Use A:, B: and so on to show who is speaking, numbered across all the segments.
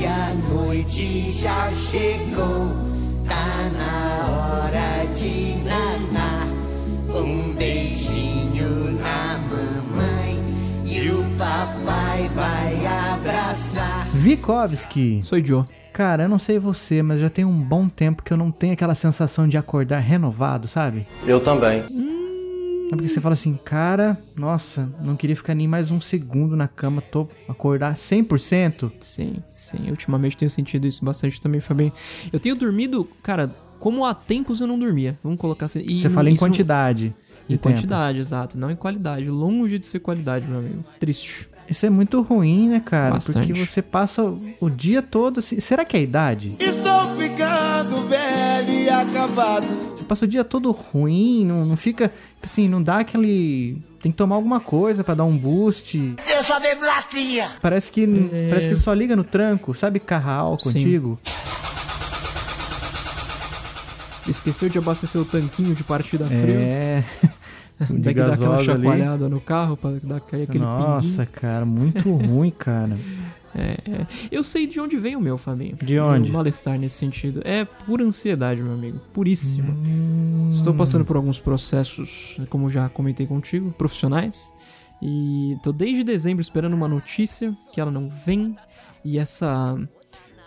A: e a noite já chegou. Tá na hora de nanar. Um beijinho na mamãe e o papai vai abraçar.
B: Vikovski.
C: Sou Joe.
B: Cara, eu não sei você, mas já tem um bom tempo que eu não tenho aquela sensação de acordar renovado, sabe?
D: Eu também.
B: É porque você fala assim, cara, nossa, não queria ficar nem mais um segundo na cama, tô acordar 100%.
C: Sim, sim. Ultimamente tenho sentido isso bastante também, Fabinho. Eu tenho dormido, cara, como há tempos eu não dormia. Vamos colocar assim. E
B: Você fala em
C: isso-
B: quantidade. de
C: Em
B: tempo.
C: quantidade, exato. Não em qualidade. Longe de ser qualidade, meu amigo. Triste.
B: Isso é muito ruim, né, cara?
C: Bastante.
B: Porque você passa o, o dia todo assim. Será que é a idade?
A: Estou ficando velho e acabado.
B: Você passa o dia todo ruim, não, não fica. Assim, não dá aquele. Tem que tomar alguma coisa pra dar um boost.
A: Eu só bebo latinha.
B: Parece que. Parece que só liga no tranco, sabe? Carral
C: Sim.
B: contigo.
C: Esqueceu de abastecer o tanquinho de partida frio.
B: É.
C: Tem
B: De
C: que dar aquela
B: gasosa ali.
C: chacoalhada no carro pra dar aquele pinguinho.
B: Nossa, cara, muito ruim, cara.
C: Eu sei de onde vem o meu, Fabinho.
B: De onde?
C: O malestar nesse sentido. É pura ansiedade, meu amigo. Puríssima. Estou
B: Hum.
C: passando por alguns processos, como já comentei contigo, profissionais. E tô desde dezembro esperando uma notícia que ela não vem. E essa.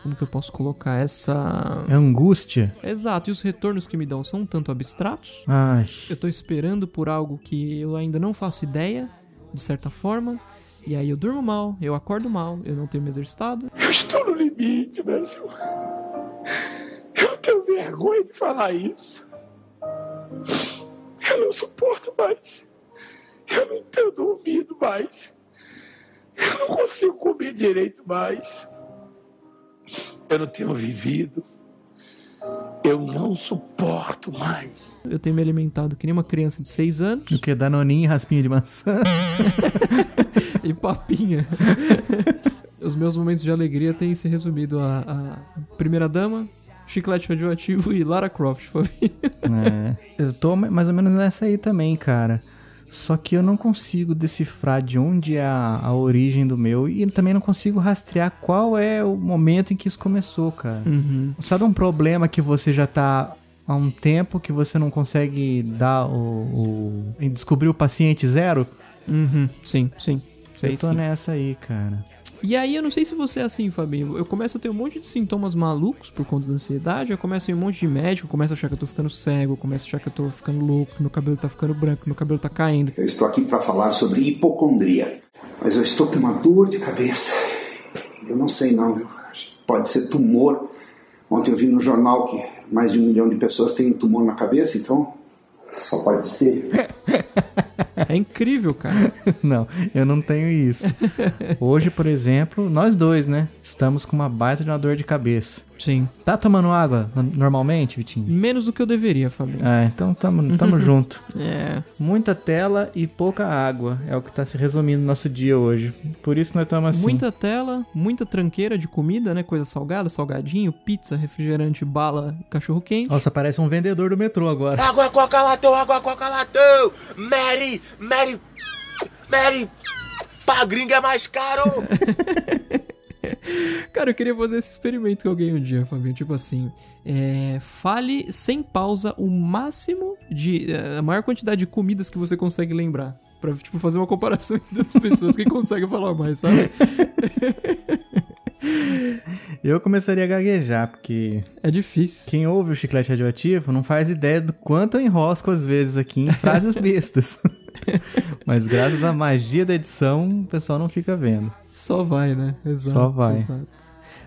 C: Como que eu posso colocar? Essa.
B: É angústia.
C: Exato, e os retornos que me dão são um tanto abstratos.
B: Ai.
C: Eu tô esperando por algo que eu ainda não faço ideia, de certa forma. E aí eu durmo mal, eu acordo mal, eu não tenho me exercitado.
E: Eu estou no limite, Brasil. Eu tenho vergonha de falar isso. Eu não suporto mais. Eu não tenho dormido mais. Eu não consigo comer direito mais. Eu não tenho vivido. Eu não suporto mais.
C: Eu tenho me alimentado que nem uma criança de 6 anos.
B: O que? Danoninho e raspinha de maçã?
C: e papinha. Os meus momentos de alegria têm se resumido a, a Primeira Dama, Chiclete Radioativo e Lara Croft. Fabinho.
B: É. Eu tô ma- mais ou menos nessa aí também, cara. Só que eu não consigo decifrar de onde é a, a origem do meu e também não consigo rastrear qual é o momento em que isso começou, cara.
C: Uhum,
B: Sabe um problema que você já tá há um tempo que você não consegue dar o. o- e descobrir o paciente zero?
C: Uhum, Sim, sim. Sei,
B: eu tô
C: sim.
B: nessa aí, cara.
C: E aí, eu não sei se você é assim, Fabinho. Eu começo a ter um monte de sintomas malucos por conta da ansiedade. Eu começo a ir em um monte de médico, eu começo a achar que eu tô ficando cego, eu começo a achar que eu tô ficando louco, que meu cabelo tá ficando branco, que meu cabelo tá caindo.
F: Eu estou aqui para falar sobre hipocondria, mas eu estou com uma dor de cabeça. Eu não sei não, viu? Acho que Pode ser tumor. Ontem eu vi no jornal que mais de um milhão de pessoas têm tumor na cabeça, então só pode ser.
C: É incrível, cara.
B: Não, eu não tenho isso. Hoje, por exemplo, nós dois, né? Estamos com uma baita de uma dor de cabeça.
C: Sim.
B: Tá tomando água no- normalmente, Vitinho?
C: Menos do que eu deveria, Fabinho.
B: Ah, então tamo, tamo junto.
C: É.
B: Muita tela e pouca água é o que tá se resumindo no nosso dia hoje. Por isso nós estamos assim.
C: Muita tela, muita tranqueira de comida, né? Coisa salgada, salgadinho, pizza, refrigerante, bala, cachorro quente.
B: Nossa, parece um vendedor do metrô agora.
C: Ah!
A: Água coca latão, água coca latão. Mary, Mary, Mary. Pra gringa é mais caro.
C: Cara, eu queria fazer esse experimento com alguém um dia, Fabinho. Tipo assim, é, fale sem pausa o máximo de. é, a maior quantidade de comidas que você consegue lembrar. Pra, tipo, fazer uma comparação entre duas pessoas. Quem consegue falar mais, sabe?
B: Eu começaria a gaguejar, porque
C: É difícil.
B: quem ouve o chiclete radioativo não faz ideia do quanto eu enrosco às vezes aqui em frases bestas. Mas graças à magia da edição, o pessoal não fica vendo.
C: Só vai, né? Exato,
B: Só vai.
C: exato.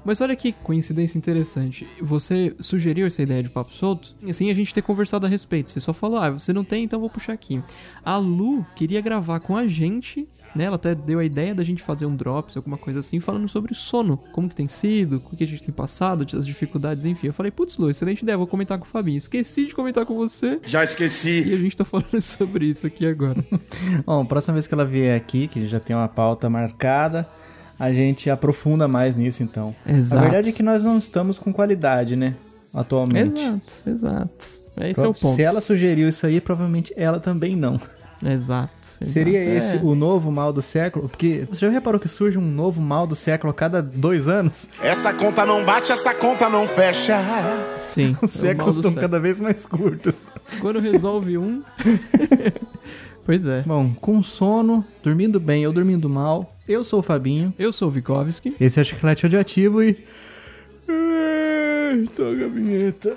C: Mas olha que coincidência interessante. Você sugeriu essa ideia de papo solto, e assim a gente ter conversado a respeito. Você só falou, ah, você não tem, então vou puxar aqui. A Lu queria gravar com a gente, né? Ela até deu a ideia da gente fazer um drops, alguma coisa assim, falando sobre sono. Como que tem sido, o que a gente tem passado, as dificuldades, enfim. Eu falei, putz, Lu, excelente ideia, vou comentar com o Fabinho. Esqueci de comentar com você,
E: Já esqueci.
C: e a gente tá falando sobre isso aqui agora.
B: Bom, próxima vez que ela vier aqui, que já tem uma pauta marcada, a gente aprofunda mais nisso então.
C: Exato.
B: A verdade é que nós não estamos com qualidade, né? Atualmente.
C: Exato, exato. Esse é o
B: Prova-
C: ponto.
B: Se ela sugeriu isso aí, provavelmente ela também não.
C: Exato.
B: Seria
C: exato.
B: esse
C: É.
B: o novo mal do século? Porque você já reparou que surge um novo mal do século a cada dois anos?
A: Essa conta não bate, essa conta não fecha.
C: Sim.
B: Os
C: é o mal
B: séculos
C: do
B: estão
C: século.
B: cada vez mais curtos.
C: Quando resolve um. pois é.
B: Bom, com sono, dormindo bem ou dormindo mal, eu sou o Fabinho.
C: Eu sou o Vikovski.
B: Esse é o Chiclete Radioativo e... Ai, Toca a vinheta.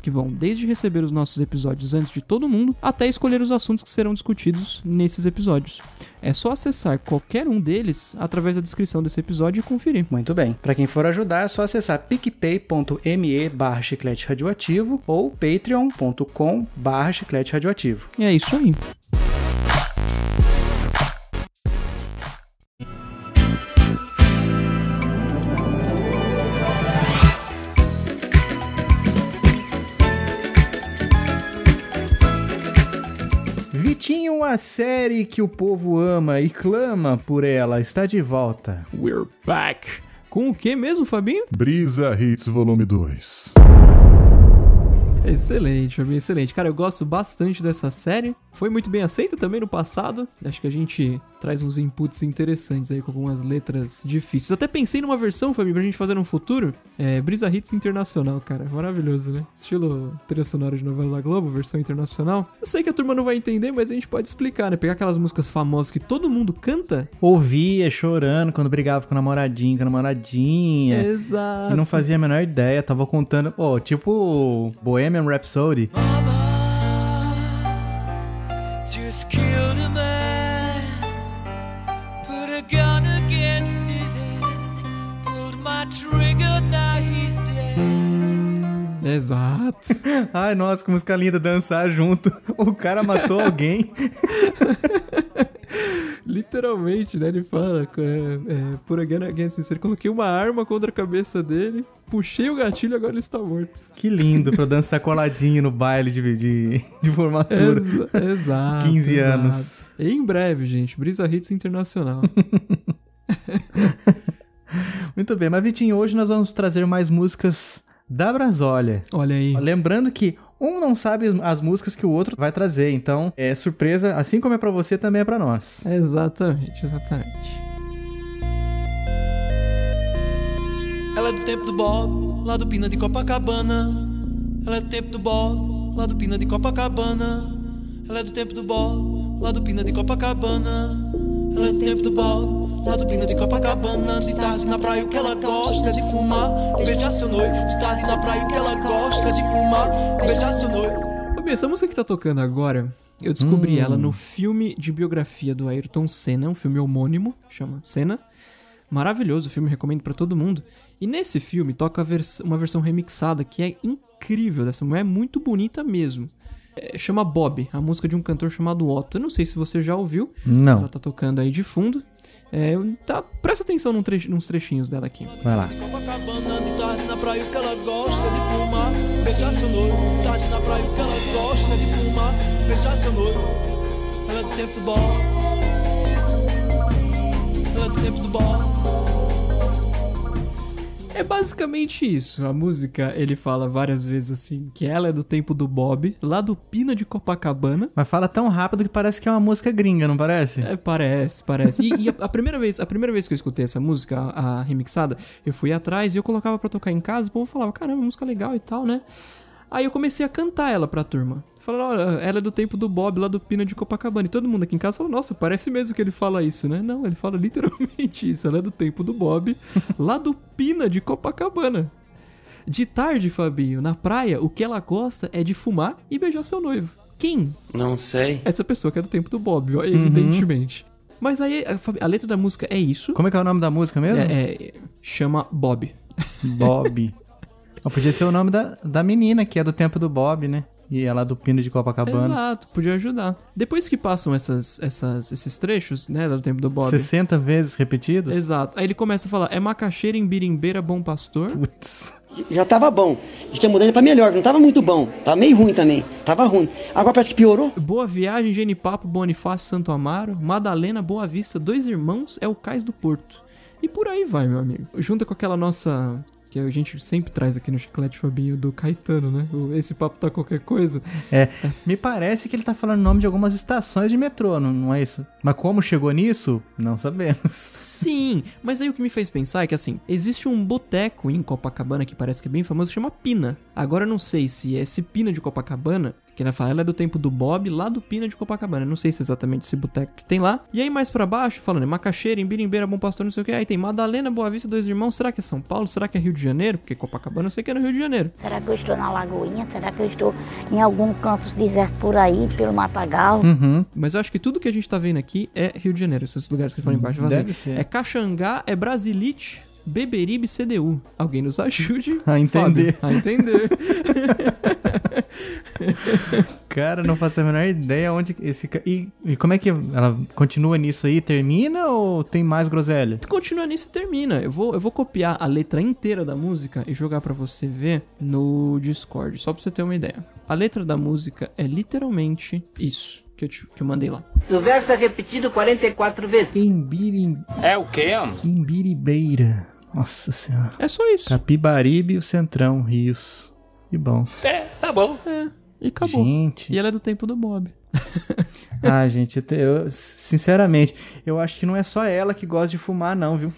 C: que vão desde receber os nossos episódios antes de todo mundo, até escolher os assuntos que serão discutidos nesses episódios. É só acessar qualquer um deles através da descrição desse episódio e conferir.
B: Muito bem. Pra quem for ajudar, é só acessar picpay.me barra chiclete radioativo ou patreon.com barra chiclete radioativo.
C: E é isso aí.
B: Vitinho, a série que o povo ama e clama por ela, está de volta.
C: We're back! Com o que mesmo, Fabinho?
D: Brisa Hits Volume 2.
C: Excelente, Fabinho, excelente. Cara, eu gosto bastante dessa série. Foi muito bem aceita também no passado. Acho que a gente traz uns inputs interessantes aí com algumas letras difíceis. Eu até pensei numa versão, Fabinho, pra gente fazer no futuro. É, Brisa Hits Internacional, cara. Maravilhoso, né? Estilo trilha sonora de novela da Globo, versão internacional. Eu sei que a turma não vai entender, mas a gente pode explicar, né? Pegar aquelas músicas famosas que todo mundo canta.
B: Ouvia chorando quando brigava com o namoradinho, com a
C: É,
B: namoradinha. E
C: Exato.
B: É. não fazia a menor ideia, tava contando, ó, tipo Bohemian Rhapsody.
G: Mama just killed a man, put a gun against his head, pulled my trigger, now he's dead.
C: Exato.
B: Ai, nossa, que música linda dançar junto. O cara matou alguém.
C: Literalmente, né? Ele fala, é, é, por again against you. Coloquei uma arma contra a cabeça dele, puxei o gatilho agora ele está morto.
B: Que lindo pra dançar coladinho no baile de, de, de formatura.
C: Exa- exato.
B: 15
C: exato.
B: anos.
C: Em breve, gente. Brisa Hits Internacional.
B: Muito bem, mas Vitinho, hoje nós vamos trazer mais músicas da Brasólia.
C: Olha aí.
B: Lembrando que um não sabe as músicas que o outro vai trazer, então é surpresa, assim como é pra você, também é pra nós.
C: Exatamente, exatamente.
G: Ela é do tempo do Bob, lá do Pina de Copacabana. Ela é do tempo do Bob, lá do Pina de Copacabana. Ela é do tempo do Bob, lá do Pina de Copacabana. Ela é do tempo do Bob, lá do Pina de Copacabana. De tarde na praia o que ela gosta é de fumar, beijar seu noivo. De tarde na praia o que ela gosta é de fumar, beijar seu noivo.
C: Fabinho, essa música que tá tocando agora, eu descobri ela no filme de biografia do Ayrton Senna, um filme homônimo, chama Senna. Maravilhoso filme, recomendo pra todo mundo. E nesse filme toca a vers- uma versão remixada que é incrível dessa mulher, é muito bonita mesmo. É, chama Bob, a música de um cantor chamado Otto. Eu não sei se você já ouviu.
B: Não.
C: Ela tá tocando aí de fundo. É, tá, presta atenção num tre- nos trechinhos dela aqui.
B: Vai lá.
G: Copacabana de tarde na praia o que ela gosta de fumar, beijar seu noivo. Tarde na praia o que ela gosta de fumar, beijar seu noivo. Ela é do tempo do bom. Ela é do tempo do bom.
C: É basicamente isso. A música, ele fala várias vezes assim, que ela é do tempo do Bob, lá do Pina de Copacabana.
B: Mas fala tão rápido que parece que é uma música gringa, não parece?
C: É, parece, parece. E, e a, a primeira vez, a primeira vez que eu escutei essa música, a, a remixada, eu fui atrás e eu colocava pra tocar em casa, o povo falava, caramba, música legal e tal, né? Aí eu comecei a cantar ela pra turma. Falaram, olha, ela é do tempo do Bob, lá do Pina de Copacabana. E todo mundo aqui em casa falou, nossa, parece mesmo que ele fala isso, né? Não, ele fala literalmente isso. Ela é do tempo do Bob, lá do Pina de Copacabana. De tarde, Fabinho, na praia, o que ela gosta é de fumar e beijar seu noivo. Quem?
H: Não sei.
C: Essa pessoa que é do tempo do Bob, ó, evidentemente. Mas aí, a, Fabi- a letra da música é isso.
B: Como é que é o nome da música mesmo?
C: É, é, chama Bob.
B: Bob. Não, podia ser o nome da, da menina, que é do tempo do Bob, né? E ela é do Pino de Copacabana.
C: Exato, podia ajudar. Depois que passam essas, essas, esses trechos, né, do tempo do Bob.
B: 60 vezes repetidos?
C: Exato. Aí ele começa a falar: é macaxeira em birimbeira, bom pastor.
B: Putz.
I: Já tava bom. Diz que a mudança pra melhor, que não tava muito bom. Tava meio ruim também. Tava ruim. Agora parece que piorou.
C: Boa Viagem, Genipapo, Bonifácio, Santo Amaro, Madalena, Boa Vista, Dois Irmãos, é o Cais do Porto. E por aí vai, meu amigo. Junta com aquela nossa. Que a gente sempre traz aqui no Chiclete Fabinho do Caetano, né? O Esse papo tá qualquer coisa.
B: É, me parece que ele tá falando o nome de algumas estações de metrô, não, não é isso? Mas como chegou nisso, não sabemos.
C: Sim, mas aí o que me fez pensar é que assim, existe um boteco em Copacabana que parece que é bem famoso, que chama Pina. Agora eu não sei se é esse Pina de Copacabana, que na favela é do tempo do Bob, lá do Pina de Copacabana. Eu Não sei se é exatamente esse boteco que tem lá. E aí mais pra baixo, falando, é Macaxeira, Embirimbeira, Bom Pastor, não sei o que. Aí tem Madalena, Boa Vista, Dois Irmãos, será que é São Paulo? Será que é Rio de Janeiro? Porque Copacabana eu sei que é no Rio de Janeiro.
J: Será que eu estou na Lagoinha? Será que eu estou em algum canto deserto por aí, pelo Matagal?
B: Uhum.
C: Mas eu acho que tudo que a gente tá vendo aqui é Rio de Janeiro, esses lugares que falam embaixo. vazio.
B: Deve ser.
C: É Caxangá, é Brasilite, Beberibe, CDU. Alguém nos ajude
B: A entender.
C: Fábio, a entender.
B: Cara, não faço a menor ideia onde esse. ca- E, e como é que ela continua nisso aí? Termina ou tem mais groselha?
C: Continua nisso e termina. Eu vou, eu vou copiar a letra inteira da música e jogar pra você ver no Discord, só pra você ter uma ideia. A letra da música é literalmente isso que eu, te- que eu mandei lá.
I: O verso é repetido 44 vezes.
B: Embirim...
H: É o quê, mano?
B: Imbiribeira. Nossa senhora.
C: É só isso.
B: Capibaribe e o Centrão, Rios. Que bom.
H: É, tá bom.
C: E acabou.
B: Gente.
C: E ela é do tempo do Bob.
B: Ah, gente, eu te- eu, sinceramente, eu acho que não é só ela que gosta de fumar, não, viu?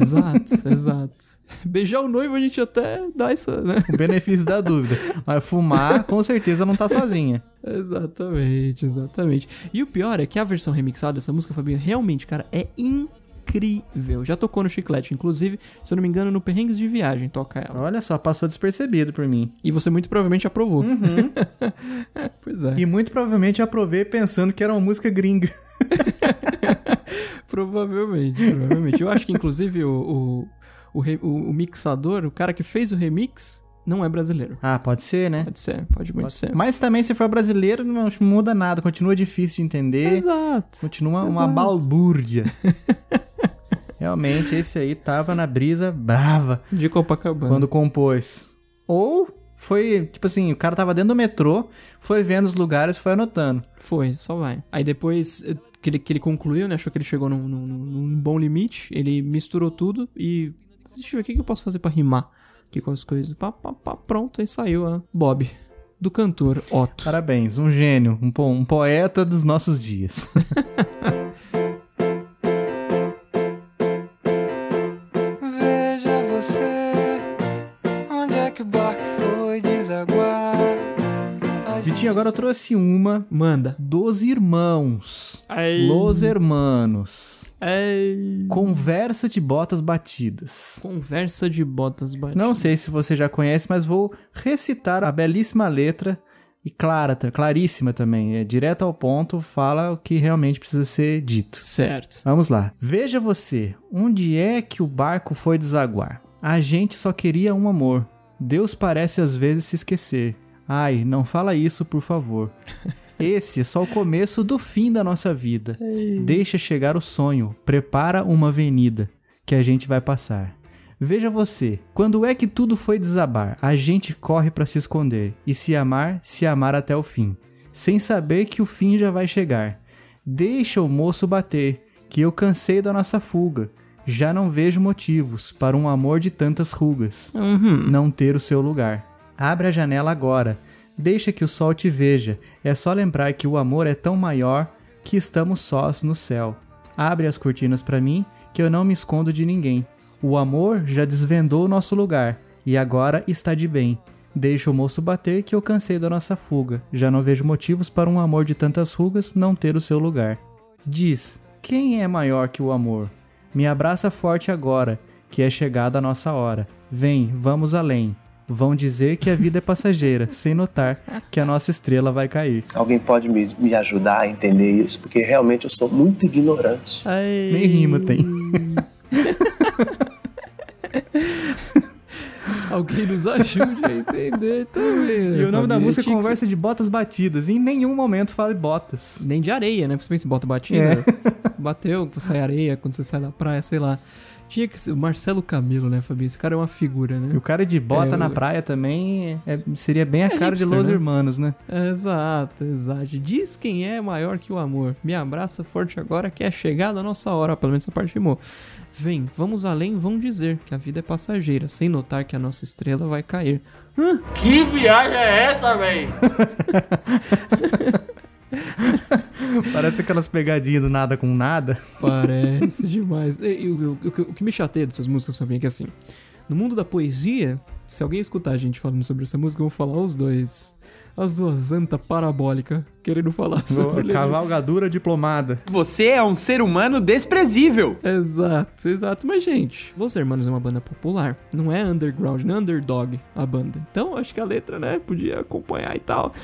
C: exato, exato. Beijar o noivo a gente até dá essa, né?
B: O benefício da dúvida. Mas fumar, com certeza, não tá sozinha.
C: Exatamente, exatamente. E o pior é que a versão remixada dessa música, Fabinho, realmente, cara, é incrível. Já tocou no Chiclete, inclusive, se eu não me engano, no Perrengues de Viagem toca ela.
B: Olha só, passou despercebido por mim.
C: E você muito provavelmente aprovou. pois é.
B: E muito provavelmente aprovei pensando que era uma música gringa.
C: Provavelmente, provavelmente. Eu acho que, inclusive, o, o, o, re- o- o mixador, o cara que fez o remix, não é brasileiro.
B: Ah, pode ser, né?
C: Pode ser, pode muito ser.
B: Mas também, se for brasileiro, não muda nada. Continua difícil de entender.
C: Exato.
B: Continua uma
C: Exato.
B: balbúrdia. Realmente, esse aí tava na brisa brava
C: De Copacabana.
B: quando compôs. Ou foi, tipo assim, o cara tava dentro do metrô, foi vendo os lugares, foi anotando.
C: Foi, só vai. Aí depois eh, que ele, que ele concluiu, né? Achou que ele chegou num, num- num- num bom limite. Ele misturou tudo e. Deixa eu ver o que que eu posso fazer pra rimar aqui com as coisas. Pá, pá, pá, pronto, aí saiu a Bob. Do cantor Otto.
B: Parabéns, um gênio, um, po- um poeta dos nossos dias.
G: Veja você, onde é que o barco foi desaguar?
B: Vitinho, agora eu trouxe uma
C: Manda.
B: dos irmãos.
C: Ai.
B: Los Hermanos.
C: Ei.
B: Conversa de botas batidas.
C: Conversa de botas batidas.
B: Não sei se você já conhece, mas vou recitar a belíssima letra e clara, ta- claríssima também, é direto ao ponto, fala o que realmente precisa ser dito.
C: Certo.
B: Vamos lá. Veja você, onde é que o barco foi desaguar? A gente só queria um amor. Deus parece às vezes se esquecer. Ai, não fala isso, por favor. Esse é só o começo do fim da nossa vida. Deixa chegar o sonho, prepara uma avenida que a gente vai passar. Veja você, quando é que tudo foi desabar? A gente corre pra se esconder e se amar, se amar até o fim, sem saber que o fim já vai chegar. Deixa o moço bater, que eu cansei da nossa fuga. Já não vejo motivos para um amor de tantas rugas
C: Uhum.
B: não ter o seu lugar. Abre a janela agora. Deixa que o sol te veja. É só lembrar que o amor é tão maior que estamos sós no céu. Abre as cortinas para mim, que eu não me escondo de ninguém. O amor já desvendou o nosso lugar e agora está de bem. Deixa o moço bater que eu cansei da nossa fuga. Já não vejo motivos para um amor de tantas rugas não ter o seu lugar. Diz: quem é maior que o amor? Me abraça forte agora, que é chegada a nossa hora. Vem, vamos além. Vão dizer que a vida é passageira, sem notar que a nossa estrela vai cair.
K: Alguém pode me, me ajudar a entender isso? Porque realmente eu sou muito ignorante.
B: Nem rima tem.
C: Alguém nos ajude a entender também. né,
B: E o nome da
C: família?
B: música é
C: Tinha que ser-
B: Conversa de Botas Batidas. Em nenhum momento fala de botas.
C: Nem de areia, né? Principalmente se bota batida.
B: É.
C: Bateu, sai areia quando você sai da praia, sei lá. Tinha que ser o Marcelo Camilo, né, Fabi? Esse cara é uma figura, né?
B: E o cara de bota
C: É,
B: na
C: o-
B: praia também é- seria bem a
C: É
B: cara de
C: hipster,
B: Los
C: né?
B: Hermanos, né?
C: Exato, exato. Diz quem é maior que o amor. Me abraça forte agora que é chegada a nossa hora. Pelo menos essa parte rimou. Vem, vamos além, vão dizer que a vida é passageira, sem notar que a nossa estrela vai cair.
G: Que viagem é essa, véi?
B: Parece aquelas pegadinhas do nada com nada.
C: Parece demais. E, e o- o- o que- o que me chateia dessas músicas também é que assim, no mundo da poesia, se alguém escutar a gente falando sobre essa música, eu vou falar os dois. As duas anta parabólica querendo falar sobre
B: Boa,
C: letra-
B: Cavalgadura diplomada.
L: Você é um ser humano desprezível.
C: Exato, exato. Mas, gente, Los Hermanos é uma banda popular. Não é underground, não é underdog a banda. Então, acho que a letra, né, podia acompanhar e tal.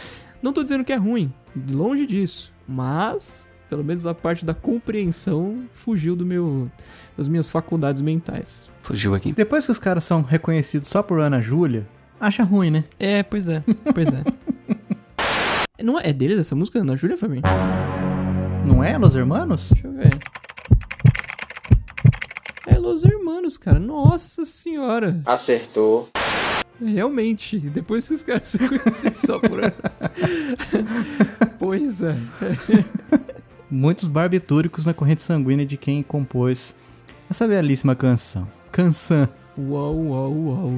C: Não tô dizendo que é ruim, longe disso. Mas, pelo menos a parte da compreensão fugiu do meu, das minhas faculdades mentais.
H: Fugiu aqui.
B: Depois que os caras são reconhecidos só por Ana Júlia, acha ruim, né?
C: É, pois é, pois é. Não é, é deles essa música, Ana Júlia, Fabinho?
B: Não é, Los Hermanos?
C: Deixa eu ver. É Los Hermanos, cara. Nossa senhora. É,
M: Acertou.
C: Realmente, depois que os caras se conhecem só por. pois é.
B: Muitos barbitúricos na corrente sanguínea de quem compôs essa belíssima canção. Canção.
C: Uau, uau, uau.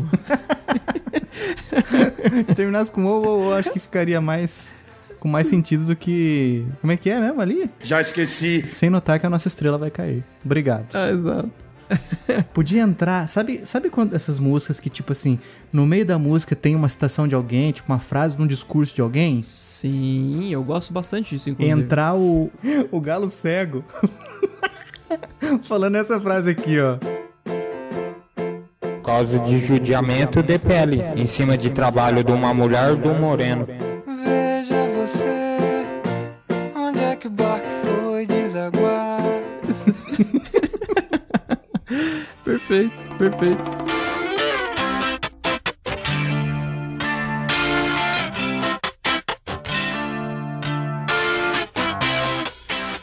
B: Se terminasse com ou, ou, ou, acho que ficaria mais. com mais sentido do que. Como é que é mesmo ali?
D: Já esqueci.
B: Sem notar que a nossa estrela vai cair. Obrigado.
C: Ah, exato.
B: Podia entrar, sabe, sabe quando essas músicas que tipo assim, no meio da música tem uma citação de alguém, tipo uma frase de um discurso de alguém?
C: Sim, eu gosto bastante disso, inclusive.
B: Entrar o o galo cego. Falando essa frase aqui, ó.
N: Caso de judiamento de pele, em cima de trabalho de uma mulher do moreno.
G: Veja você, onde é que o barco foi desaguar?
C: Perfeito, perfeito.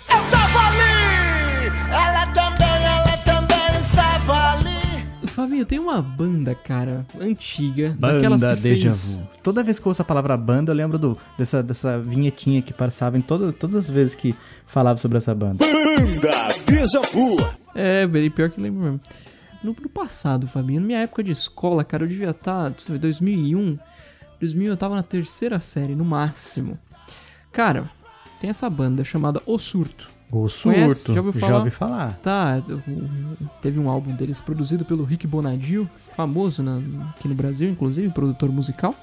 M: Eu tava ali! Ela também, ela também estava ali!
C: Fabinho, tem uma banda, cara, antiga,
B: Banda
C: daquelas que
B: Deja
C: fez...
B: Vu. Toda vez que eu ouço a palavra banda, eu lembro do, dessa, dessa vinhetinha que passava em toda- todas as vezes que falava sobre essa banda.
C: Banda Deja É, bem, pior que eu lembro mesmo. No, no passado, Fabinho, na minha época de escola, cara, eu devia estar, 2001, 2000 um eu tava na terceira série, no máximo. Cara, tem essa banda chamada O Surto.
B: O
C: Conhece?
B: Surto,
C: Já ouviu
B: já
C: falar?
B: ouvi falar.
C: Tá, o- teve um álbum deles produzido pelo Rick Bonadio, famoso na- aqui no Brasil, inclusive, produtor musical.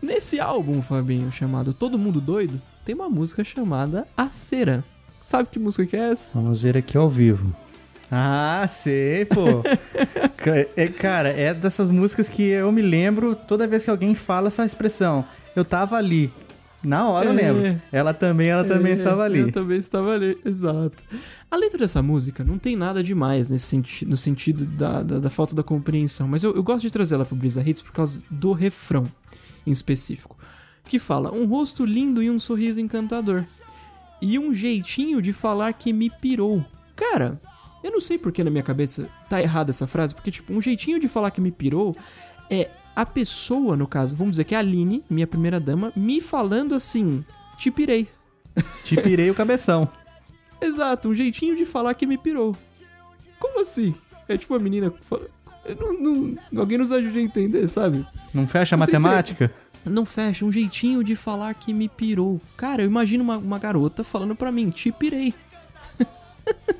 C: Nesse álbum, Fabinho, chamado Todo Mundo Doido, tem uma música chamada A Cera. Sabe que música que é essa?
B: Vamos ver aqui ao vivo. Ah, sei, pô. Ca- é, cara, é dessas músicas que eu me lembro toda vez que alguém fala essa expressão. Eu tava ali. Na hora eu
C: É.
B: lembro. Ela também, ela também
C: É,
B: estava ali.
C: Eu também estava ali, exato. A letra dessa música não tem nada demais nesse senti no sentido da, da, da falta da compreensão, mas eu, eu gosto de trazer ela pro Brisa Hits por causa do refrão em específico, que fala um rosto lindo e um sorriso encantador e um jeitinho de falar que me pirou. Cara, eu não sei porque na minha cabeça tá errada essa frase, porque tipo, um jeitinho de falar que me pirou é a pessoa, no caso, vamos dizer que é a Aline, minha primeira dama, me falando assim, te pirei.
B: Te pirei o cabeção.
C: Exato, um jeitinho de falar que me pirou. Como assim? É tipo a menina. fala- Eu Não, não- alguém nos ajude a entender, sabe?
B: Não é- fecha a
C: Não sei se-
B: matemática?
C: Não fecha, um jeitinho de falar que me pirou. Cara, eu imagino uma, uma garota falando pra mim, te pirei.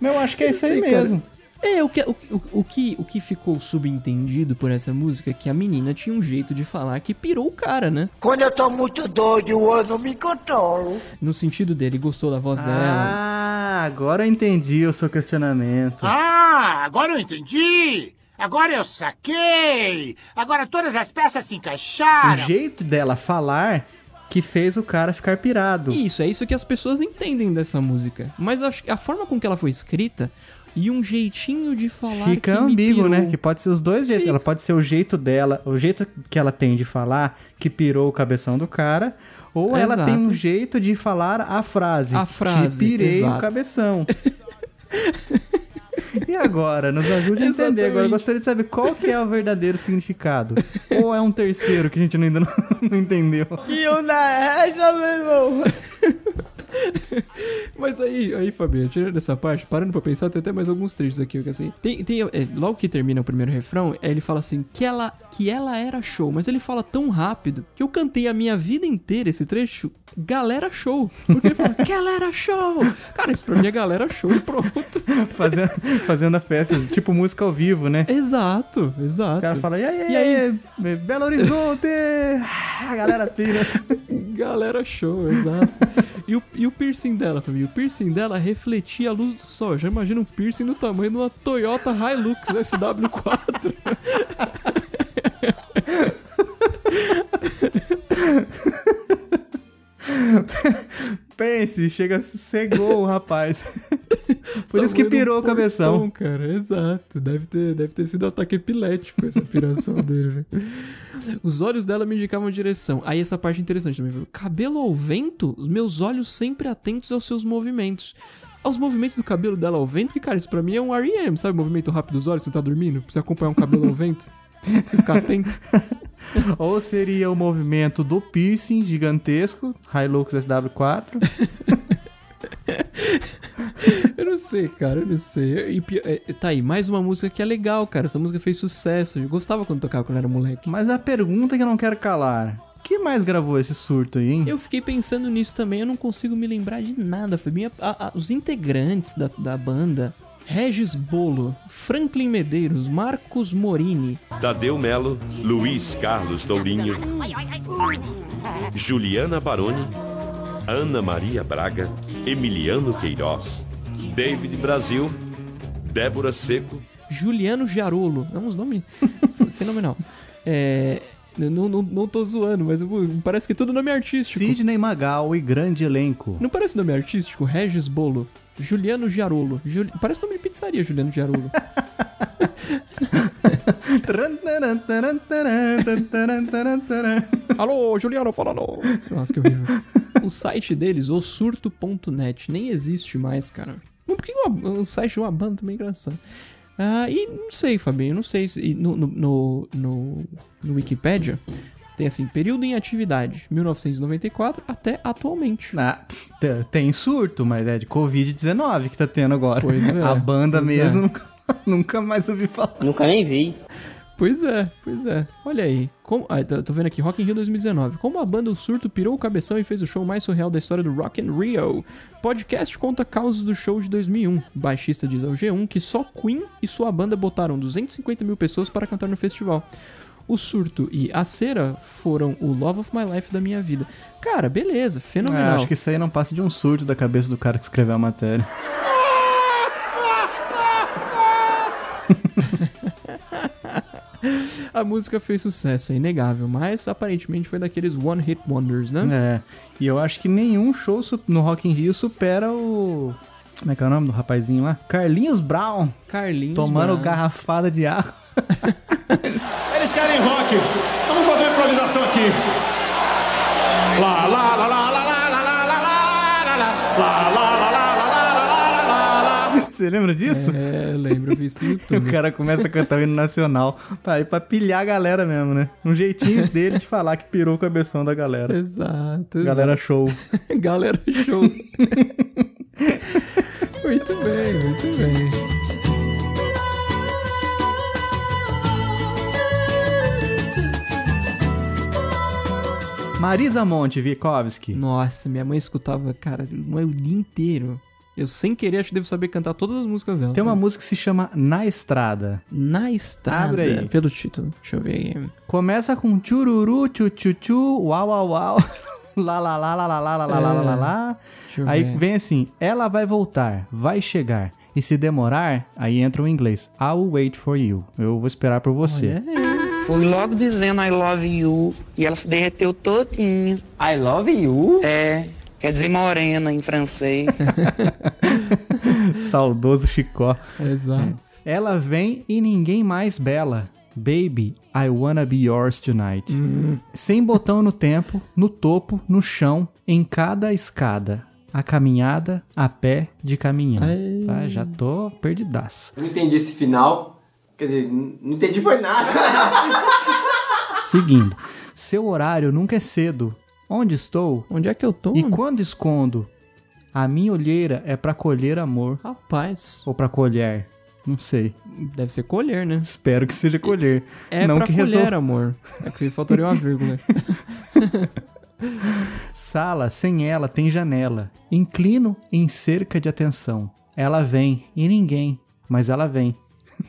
B: Mas eu acho que é isso aí mesmo.
C: É, o que, o, o- o que, o que ficou subentendido por essa música é que a menina tinha um jeito de falar que pirou o cara, né?
M: Quando eu tô muito doido, eu não me controlo.
C: No sentido dele, gostou da voz dela.
B: Ah, agora eu entendi o seu questionamento.
M: Ah, agora eu entendi!
O: Agora eu saquei! Agora todas as peças se
B: O
O: encaixaram!
B: jeito dela falar que fez o cara ficar pirado.
C: Isso, é isso que as pessoas entendem dessa música. Mas acho que a forma com que ela foi escrita e um jeitinho de falar
B: Fica
C: que me
B: ambíguo,
C: pirou.
B: né? Que pode ser os dois jeitos. Ela pode ser o jeito dela, o jeito que ela tem de falar que pirou o cabeção do cara, ou ela tem um
C: Exato.
B: jeito de falar a frase.
C: A frase,
B: Te pirei o
C: exato.
B: cabeção. E agora? Nos ajude a entender. Agora eu gostaria de saber qual que é o verdadeiro significado. Ou é um terceiro que a gente ainda não, não entendeu.
C: E eu na essa, meu irmão. Mas aí, aí, Fabinho, tirando essa parte, parando pra pensar, tem até mais alguns trechos aqui, que assim. Tem, tem, é, logo que termina o primeiro refrão, ele fala assim, que ela, que ela era show, mas ele fala tão rápido que eu cantei a minha vida inteira esse trecho, galera show. Porque ele fala, que ela era show! Cara, isso pra mim é galera show, pronto.
B: Fazendo, fazendo a festa, tipo música ao vivo, né?
C: Exato, exato.
B: Os caras falam, e aí,
C: E aí?
B: Belo Horizonte! Ah, a galera pira.
C: Galera show, exato. E o, e o piercing dela, família? O piercing dela refletia a luz do sol. Eu já imagina um piercing do tamanho de uma Toyota Hilux SW4.
B: Pense, chega, cegou o rapaz. Por isso que
C: Tamanho de um
B: pirou o cabeção.
C: portão, cara, exato. Deve ter, deve ter sido um ataque epilético essa piração dele, né? Os olhos dela me indicavam direção. Aí essa parte é interessante também. viu? Cabelo ao vento, os meus olhos sempre atentos aos seus movimentos. Aos movimentos do cabelo dela ao vento, que, cara, isso pra mim é um R.E.M., sabe? Movimento rápido dos olhos, você tá dormindo, precisa acompanhar um cabelo ao vento. Você ficar atento.
B: Ou seria o movimento do piercing gigantesco, Hilux SW4.
C: Eu não sei, cara, eu não sei. E pi- é, tá aí, mais uma música que é legal, cara. Essa música fez sucesso. Eu gostava quando tocava quando era moleque.
B: Mas a pergunta que eu não quero calar. que mais gravou esse surto aí, hein?
C: Eu fiquei pensando nisso também, eu não consigo me lembrar de nada. Foi minha, a- a- os integrantes da, da banda. Regis Bolo, Franklin Medeiros, Marcos Morini.
P: Tadeu Melo, Luiz Carlos Dourinho, Juliana Baroni, Ana Maria Braga, Emiliano Queiroz, David Brasil, Débora Seco,
C: Juliano Jarolo. É uns nomes f- fenomenal. É, eu não, não, não tô zoando, mas eu- parece que é tudo nome artístico.
B: Sidney Magal e grande elenco.
C: Não parece nome artístico? Regis Bolo. Juliano Jarolo. Juli- Parece nome de pizzaria, Juliano Jarolo. Alô, Juliano, falando. Nossa, que horrível. o site deles, osurto.net, nem existe mais, cara. Mas por que uma- um site de uma banda também é engraçado? Ah, e não sei, Fabinho, não sei se. e No, no, no, no, no Wikipedia tem assim: período em atividade, 1994 até atualmente.
B: Ah, te- Tem surto, mas é de Covid-19 que tá tendo agora.
C: Pois é,
B: A banda
C: pois
B: mesmo
C: é.
B: nunca, nunca mais ouvi falar.
C: Nunca nem vi. Pois é, pois é. Olha aí. Como, ah, tô tô vendo aqui, Rock in Rio 2019. Como a banda O Surto pirou o cabeção e fez o show mais surreal da história do Rock in Rio. Podcast conta causas do show de 2001. Baixista diz ao G1 que só Queen e sua banda botaram 250 mil pessoas para cantar no festival. O Surto e A Cera foram o Love of My Life da minha vida. Cara, beleza,
B: Ah,
C: fenomenal.
B: acho que isso aí não passa de um surto da cabeça do cara que escreveu a matéria.
C: A música fez sucesso, é inegável, mas aparentemente foi daqueles One Hit Wonders, né?
B: É. E eu acho que nenhum show su- no Rock in Rio supera o. Como é que é o nome do rapazinho lá? Carlinhos Brown.
C: Carlinhos
B: Tomando
C: Brown.
B: garrafada de água.
Q: Eles querem rock. Vamos fazer uma improvisação aqui. Lá, lá, lá, lá, lá, lá, lá, lá, lá, lá, lá, lá, lá, lá, lá, lá, lá, lá, lá, lá, lá.
B: Você lembra disso?
C: É, lembro, eu vi isso no YouTube.
B: o cara começa a cantar o hino nacional pra, pra pilhar a galera mesmo, né? Um jeitinho dele de falar que pirou o cabeção da galera.
C: Exato.
B: Galera
C: exato.
B: show.
C: Galera show. muito bem, muito bem.
B: Marisa Monte, Vikovski.
C: Nossa, minha mãe escutava, cara, o dia inteiro. Eu sem querer acho que devo saber cantar todas as músicas dela.
B: Tem uma música que se chama Na Estrada.
C: Na Estrada.
B: Abre aí.
C: Pelo título. Deixa eu ver aqui.
B: Começa com tchururu, tchutchu, uau, uau, uau. Lá, lá, lá, lá, lá, lá, lá, lá, lá, lá, lá, lá.
C: Deixa eu
B: Aí
C: ver.
B: vem assim, ela vai voltar, vai chegar. E se demorar, aí entra o inglês. I'll wait for you. Eu vou esperar por você.
R: Fui logo dizendo I love you e ela se derreteu todinha. I love you? É, quer dizer morena em francês.
B: Saudoso Chicó.
C: Exato.
B: Ela vem e ninguém mais bela. Baby, I wanna be yours tonight.
C: Hum.
B: Sem botão no tempo, no topo, no chão, em cada escada. A caminhada, a pé, de caminhão. Tá, já tô perdidaço.
S: Eu não entendi esse final. Quer dizer, n- não entendi foi nada.
B: Seguindo. Seu horário nunca é cedo. Onde estou?
C: Onde é que eu tô?
B: E quando escondo? A minha olheira é pra colher amor.
C: Rapaz.
B: Ou pra colher. Não sei.
C: Deve ser colher, né?
B: Espero que seja colher.
C: É
B: não
C: pra
B: que
C: colher,
B: resol-
C: amor. É que faltaria uma vírgula.
B: Sala sem ela tem janela. Inclino em cerca de atenção. Ela vem e ninguém, mas ela vem.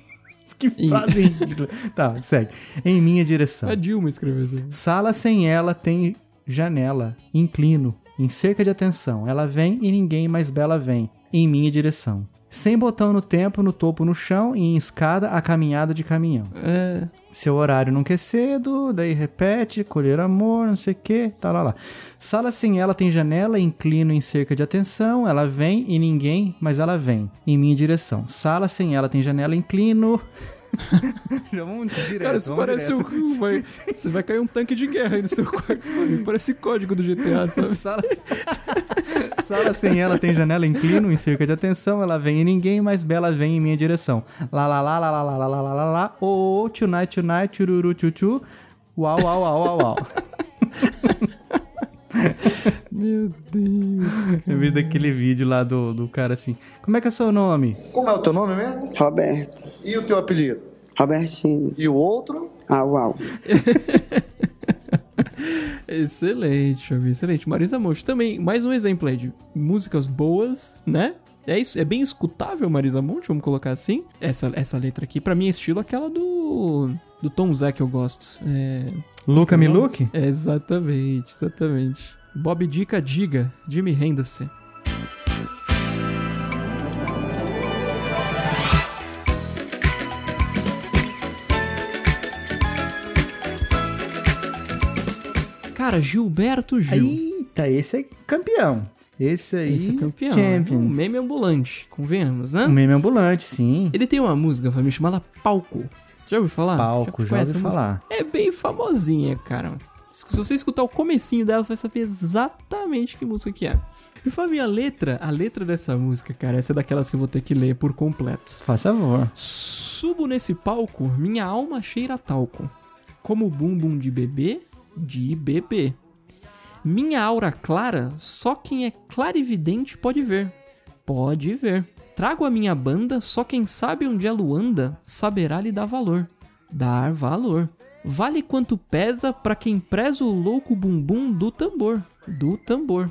B: que frase ridícula. Tá, segue. Em minha direção.
C: A Dilma escreveu isso.
B: Uhum. Sala sem ela tem janela. Inclino em cerca de atenção. Ela vem e ninguém mais bela vem. Em minha direção. Sem botão no tempo, no topo, no chão e em escada a caminhada de caminhão.
C: É.
B: Seu horário nunca é cedo, daí repete, colher amor, não sei o que, tá lá lá. Sala sem ela tem janela, inclino em cerca de atenção, ela vem e ninguém, mas ela vem, em minha direção. Sala sem ela tem janela, inclino. Já vamos direto.
C: Cara, isso
B: vamos
C: parece
B: direto.
C: um. Vai, você vai cair um tanque de guerra aí no seu quarto. mano. Parece código do GTA, sabe?
B: Sala, Sala sem ela tem janela, inclino em cerca de atenção, ela vem e ninguém, mas bela vem em minha direção. Lá lá lá lá lá lá lá lá lá lá lá, ô ô, tonight tonight, chururu chuchu, uau uau uau uau uau.
C: Meu Deus.
B: Eu vi daquele vídeo lá do, do cara assim. Como é que é seu nome?
T: Como é o teu nome mesmo?
I: Roberto,
T: E o teu apelido?
I: Robertinho.
T: E o outro?
I: Ah, uau.
C: Excelente, Xavi, excelente. Marisa Monte também, mais um exemplo aí de músicas boas, né? É isso, é bem escutável Marisa Monte, vamos colocar assim. Essa, essa letra aqui, pra mim, é estilo aquela do do Tom Zé que eu gosto. É...
B: Luca
C: como é o nome?
B: Miluque?
C: Exatamente, exatamente. Bob Dica Diga, Jimmy Renda-se. Cara, Gilberto Gil.
B: Eita, esse é campeão. Esse aí.
C: Esse é campeão.
B: Champion.
C: Um meme ambulante, convenhamos, né?
B: Um meme ambulante, sim.
C: Ele tem uma música, família, chamada Palco. Ah, Já ouviu falar?
B: Palco, já
C: conhece
B: ouvi
C: a música?
B: falar.
C: É bem famosinha, cara. Se se você escutar o comecinho dela, você vai saber exatamente que música que é. E Fabinho, a letra, a letra dessa música, cara, essa é daquelas que eu vou ter que ler por completo.
B: Faz favor.
C: Subo nesse palco, minha alma cheira a talco. Como bumbum de bebê, de bebê. Minha aura clara, só quem é clarividente pode ver. Pode ver. Trago a minha banda, só quem sabe onde ela anda saberá lhe dar valor. Dar valor. Vale quanto pesa pra quem preza o louco bumbum do tambor. Do tambor.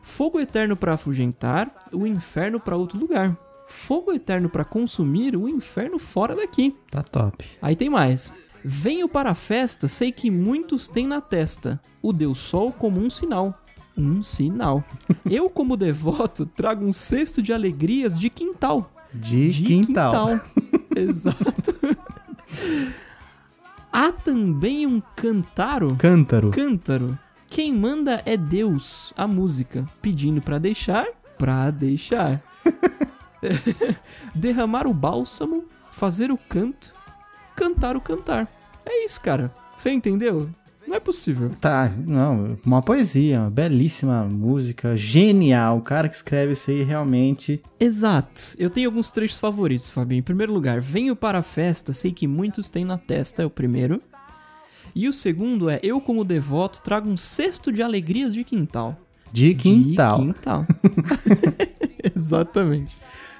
C: Fogo eterno pra afugentar, o inferno pra outro lugar. Fogo eterno pra consumir, o inferno fora daqui.
B: Tá top.
C: Aí tem mais. Venho para a festa, sei que muitos têm na testa. O Deus Sol como um sinal. Um sinal. Eu, como devoto, trago um cesto de alegrias de quintal.
B: De, quintal.
C: Exato. Há também um cantaro.
B: Cântaro.
C: Cântaro. Quem manda é Deus, a música, pedindo pra deixar, pra deixar. Derramar o bálsamo, fazer o canto, cantar o cantar. É isso, cara. Você entendeu? Não é possível.
B: Tá, não, uma poesia, uma belíssima música, genial. O cara que escreve isso aí realmente.
C: Exato. Eu tenho alguns trechos favoritos, Fabinho. Em primeiro lugar, venho para a festa, sei que muitos têm na testa, é o primeiro. E o segundo é, eu como devoto trago um cesto de alegrias de quintal.
B: De quintal.
C: quintal. Exatamente.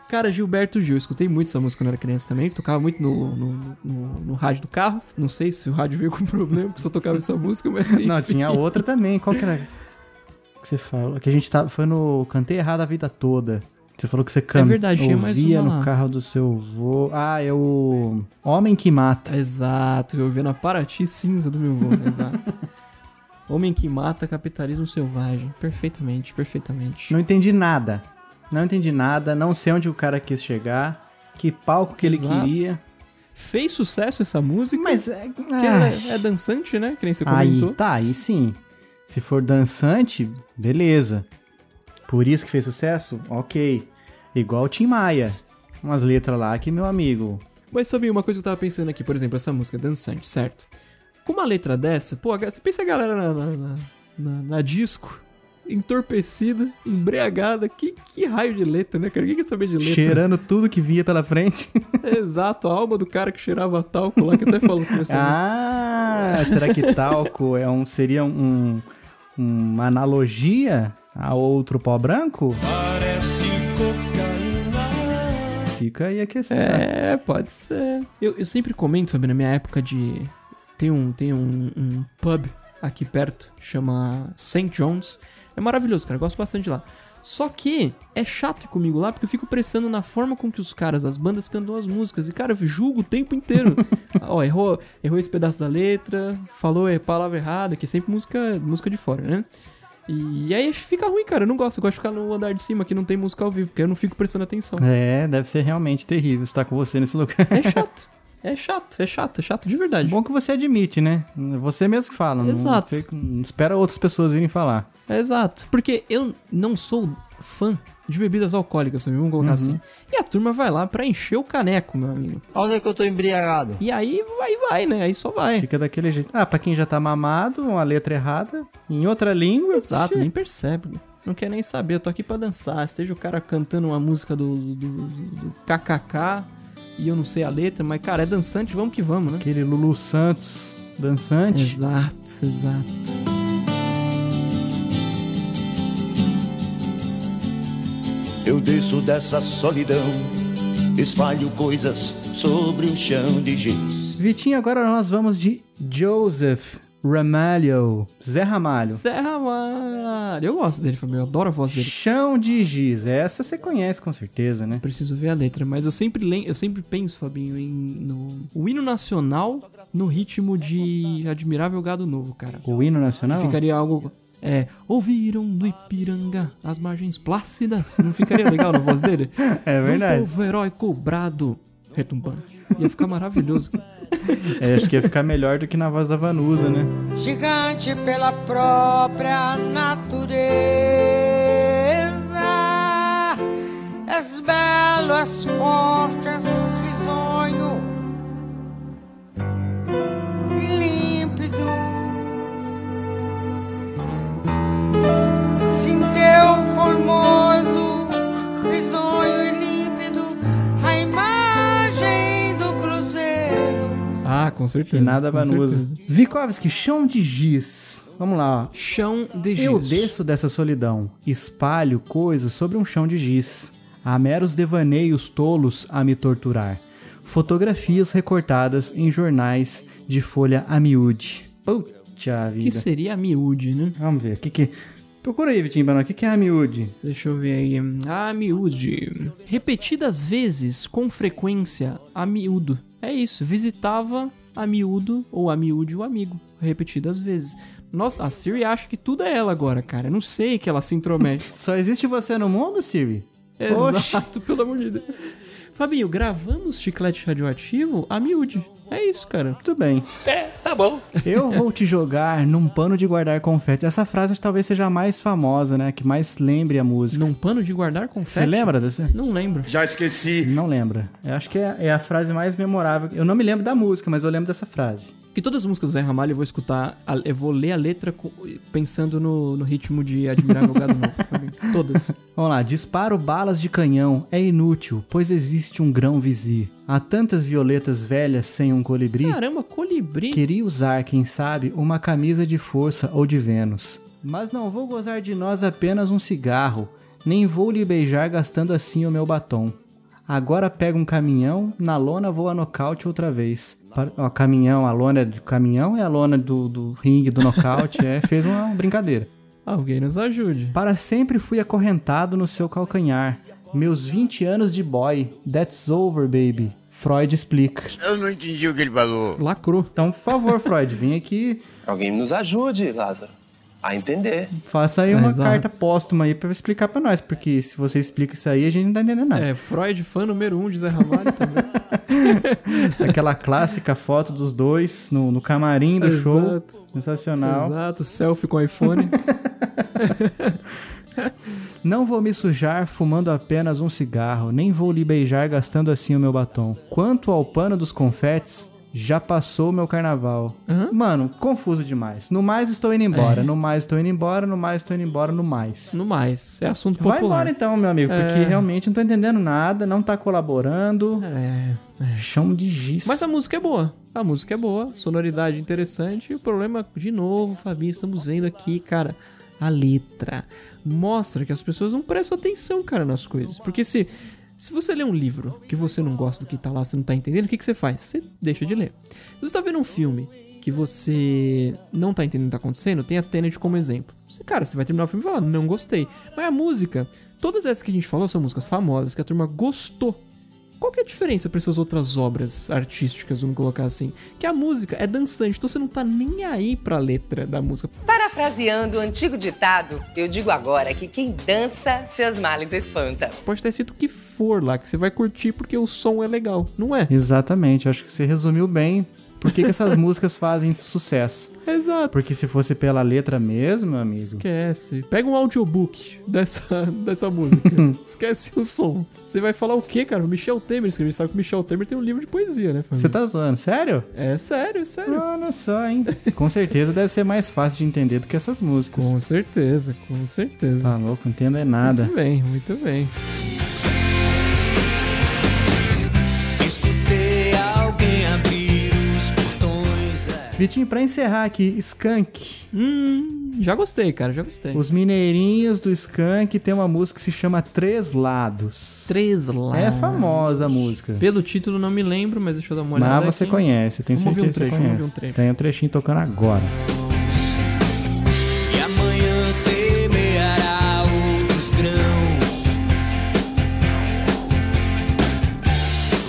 C: Cara, Gilberto Gil, eu escutei muito essa música quando era criança também, tocava muito no, no, no- no rádio do carro. Não sei se o rádio veio com problema, porque só tocava essa música, mas. assim.
B: Não,
C: enfim.
B: tinha outra também. Qual que era que você falou? Que a gente tá, foi no Cantei Errado a Vida Toda. Você falou que você canta.
C: É verdade, tinha mais
B: ouvia
C: uma
B: no
C: lá.
B: carro do seu vô. Ah, é o Homem que Mata.
C: Exato, eu vi na Paraty cinza do meu vô, exato. Homem que mata capitalismo selvagem. Perfeitamente, perfeitamente.
B: Não entendi nada. Não entendi nada, não sei onde o cara quis chegar, que palco que ele
C: Exato.
B: queria.
C: Fez sucesso essa música.
B: Mas é.
C: é, é dançante, né? Que nem você comentou.
B: Aí tá, aí sim. Se for dançante, beleza. Por isso que fez sucesso? Ok. Igual o Tim Maia. Umas letras lá que, meu amigo.
C: Mas sabe uma coisa que eu tava pensando aqui, por exemplo, essa música dançante, certo? Com uma letra dessa, pô, a ga- você pensa a galera na, na- na- na- na disco, entorpecida, embriagada, que, que raio de letra, né, cara? Quem quer saber de letra?
B: Cheirando tudo que via pela frente.
C: Exato, a alma do cara que cheirava talco lá, que até falou que começou
B: Ah, será que talco é um, seria um, uma analogia a outro pó branco?
M: Parece cocaína.
B: Fica aí a questão.
C: É, pode ser. Eu, eu sempre comento, Fabio, na minha época de. Tem um, tem um, um pub aqui perto, chama St. John's. É maravilhoso, cara. eu gosto bastante de lá. Só que é chato ir comigo lá porque eu fico prestando na forma com que os caras, as bandas cantam as músicas. E, cara, eu julgo o tempo inteiro. Ó, errou, errou esse pedaço da letra, falou a palavra errada, que é sempre música, música de fora, né? E aí fica ruim, cara. Eu não gosto. Eu gosto de ficar no andar de cima que não tem música ao vivo, porque eu não fico prestando atenção.
B: É, deve ser realmente terrível estar com você nesse lugar.
C: É chato. É chato, é chato, é chato de verdade.
B: Bom que você admite, né? Você mesmo que fala. não
C: Exato.
B: fica- Não espera outras pessoas virem falar.
C: Exato. Porque eu não sou fã de bebidas alcoólicas, sabe? vamos colocar assim. E a turma vai lá pra encher o caneco, meu amigo.
R: Onde é que eu tô embriagado?
C: E aí vai, vai, né? Aí só vai.
B: Fica daquele jeito. Ah, pra quem já tá mamado, uma letra errada, em outra língua.
C: Exato,
B: tchê.
C: nem percebe. Não quer nem saber, eu tô aqui pra dançar. Esteja o cara cantando uma música do, do, do KKK e eu não sei a letra, mas cara, é dançante, vamos que vamos, né?
B: Aquele Lulu Santos dançante.
C: Exato, exato.
U: Eu desço dessa solidão, espalho coisas sobre um chão de giz.
B: Vitinho, agora nós vamos de Joseph Ramalho. Zé Ramalho.
C: Zé Ramalho. Eu gosto dele, família. Eu adoro a voz dele.
B: Chão de giz. Essa você conhece com certeza, né?
C: Preciso ver a letra, mas eu sempre, lem- eu sempre penso, Fabinho, em, no o hino nacional no ritmo de Admirável Gado Novo, cara.
B: O hino nacional?
C: Que ficaria algo. É, ouviram do Ipiranga as margens plácidas. Não ficaria legal na voz dele?
B: É verdade.
C: Do povo herói cobrado, retumbando. Ia ficar maravilhoso. cara.
B: É, acho que ia ficar melhor do que na voz da Vanusa, né?
M: Gigante pela própria natureza. És belo, és forte, és risonho, límpido. Sim, teu formoso, risonho e límpido, a imagem do cruzeiro.
C: Ah, com certeza.
B: nada
C: com
B: Vanusa.
C: certeza.
B: Vikovski, chão de giz. Vamos lá.
C: Chão de
B: Eu
C: giz.
B: desço dessa solidão, espalho coisas sobre um chão de giz. Há meros devaneios tolos a me torturar. Fotografias recortadas em jornais de folha a miúde. Puta vida.
C: Que seria a miúde, né?
B: Vamos ver, o que que... Procura aí, Vitinho Banão, o que que é a miúde?
C: Deixa eu ver aí. A miúde. Repetidas vezes, com frequência, a miúdo. É isso. Visitava a miúdo ou a miúde o amigo. Repetidas vezes. Nossa, a Siri acha que tudo é ela agora, cara. Eu não sei que ela se intromete.
B: Só existe você no mundo, Siri? Oxe.
C: Exato, pelo amor de Deus. Fabinho, gravamos chiclete radioativo a miúde. É isso, cara.
B: Tudo bem.
H: É, tá bom.
B: Eu vou te jogar num pano de guardar confete. Essa frase talvez seja a mais famosa, né? Que mais lembre a música.
C: Num pano de guardar confete?
B: Você lembra dessa?
C: Não lembro.
B: Já esqueci. Não lembra. Eu acho que é, é a frase mais memorável. Eu não me lembro da música, mas eu lembro dessa frase.
C: Que todas as músicas do Zé Ramalho eu vou escutar, a- eu vou ler a letra co- pensando no, no ritmo de Admirável Gado Novo. pra mim. Todas.
B: Vamos lá. Disparo balas de canhão é inútil, pois existe um grão vizir. Há tantas violetas velhas sem um colibri.
C: Caramba, colibri.
B: Queria usar, quem sabe, uma camisa de força ou de Vênus. Mas não vou gozar de nós apenas um cigarro, nem vou lhe beijar gastando assim o meu batom. Agora pego um caminhão, na lona vou a nocaute outra vez. Para- Ó, caminhão, a lona é do caminhão é a lona do, do ringue, do nocaute, é, fez uma brincadeira.
C: Alguém nos ajude.
B: Para sempre fui acorrentado no seu calcanhar. Meus 20 anos de boy, that's over, baby. Freud explica.
V: Eu não entendi o que ele falou.
C: Lacrou.
B: Então, por favor, Freud, vem aqui
K: Alguém nos ajude, Lázaro. a entender.
B: Faça aí uma
K: Exato.
B: carta póstuma aí pra explicar pra nós, porque se você explica isso aí, a gente não tá entendendo nada.
C: É, Freud fã número um de Zé Ramalho também.
B: Aquela clássica foto dos dois no, no camarim do show.
C: Exato.
B: Sensacional.
C: Exato, selfie com iPhone.
B: Não vou me sujar fumando apenas um cigarro, nem vou lhe beijar gastando assim o meu batom. Quanto ao pano dos confetes, já passou o meu carnaval. Mano, confuso demais. No mais estou indo embora,
C: É.
B: no mais estou indo embora, no mais estou indo embora, no mais.
C: No mais, é assunto
B: Vai
C: popular.
B: embora então, meu amigo, porque
C: É.
B: realmente não tô entendendo nada, não tá colaborando.
C: É.
B: Chão de giz.
C: Mas a música é boa. A música é boa, sonoridade interessante. E o problema, de novo, Fabinho, estamos vendo aqui, cara, a letra. Mostra que as pessoas não prestam atenção, cara, nas coisas. Porque se, se você lê um livro que você não gosta do que tá lá, você não tá entendendo, o que, que você faz? Você deixa de ler. Se você tá vendo um filme que você não tá entendendo o que tá acontecendo, tem a Tenet como exemplo. Você, cara, você vai terminar o filme e falar, não gostei. Mas a música, todas essas que a gente falou são músicas famosas, que a turma gostou. Qual que é a diferença para essas outras obras artísticas, vamos colocar assim? Que a música é dançante, então você não tá nem aí pra letra da música.
F: Parafraseando o antigo ditado, eu digo agora que quem dança seus males espanta.
C: Pode estar escrito o que for lá, que você vai curtir porque o som é legal, não é?
B: Exatamente, acho que você resumiu bem por que, que essas músicas fazem sucesso.
C: Exato.
B: Porque se fosse pela letra mesmo, meu amigo.
C: Esquece. Pega um audiobook dessa, dessa música. Esquece o som. Você vai falar o quê, cara? O Michel Temer escreveu. Você sabe que o Michel Temer tem um livro de poesia, né, família?
B: Você Ah. tá zoando, sério?
C: É sério, é sério.
B: Olha só, hein? Com certeza deve ser mais fácil de entender do que essas músicas. Com
C: certeza, com certeza.
B: Tá louco, não entendo é nada.
C: Muito bem, muito bem.
G: Escutei alguém abrir os portões.
B: Vitinho, pra encerrar aqui, Skank.
C: Hum, já gostei, cara, já gostei.
B: Os mineirinhos do Skank tem uma música que se chama Três Lados.
C: Três Lados.
B: É famosa a música.
C: Pelo título não me lembro, mas deixa eu dar uma olhada.
B: Mas você
C: aqui.
B: conhece, tenho
C: Vamos
B: certeza
C: ouvir um
B: que você
C: trecho, vamos
B: conhece.
C: ouvir um trecho.
B: Tem um trechinho tocando agora.
G: E amanhã semeará outros grãos.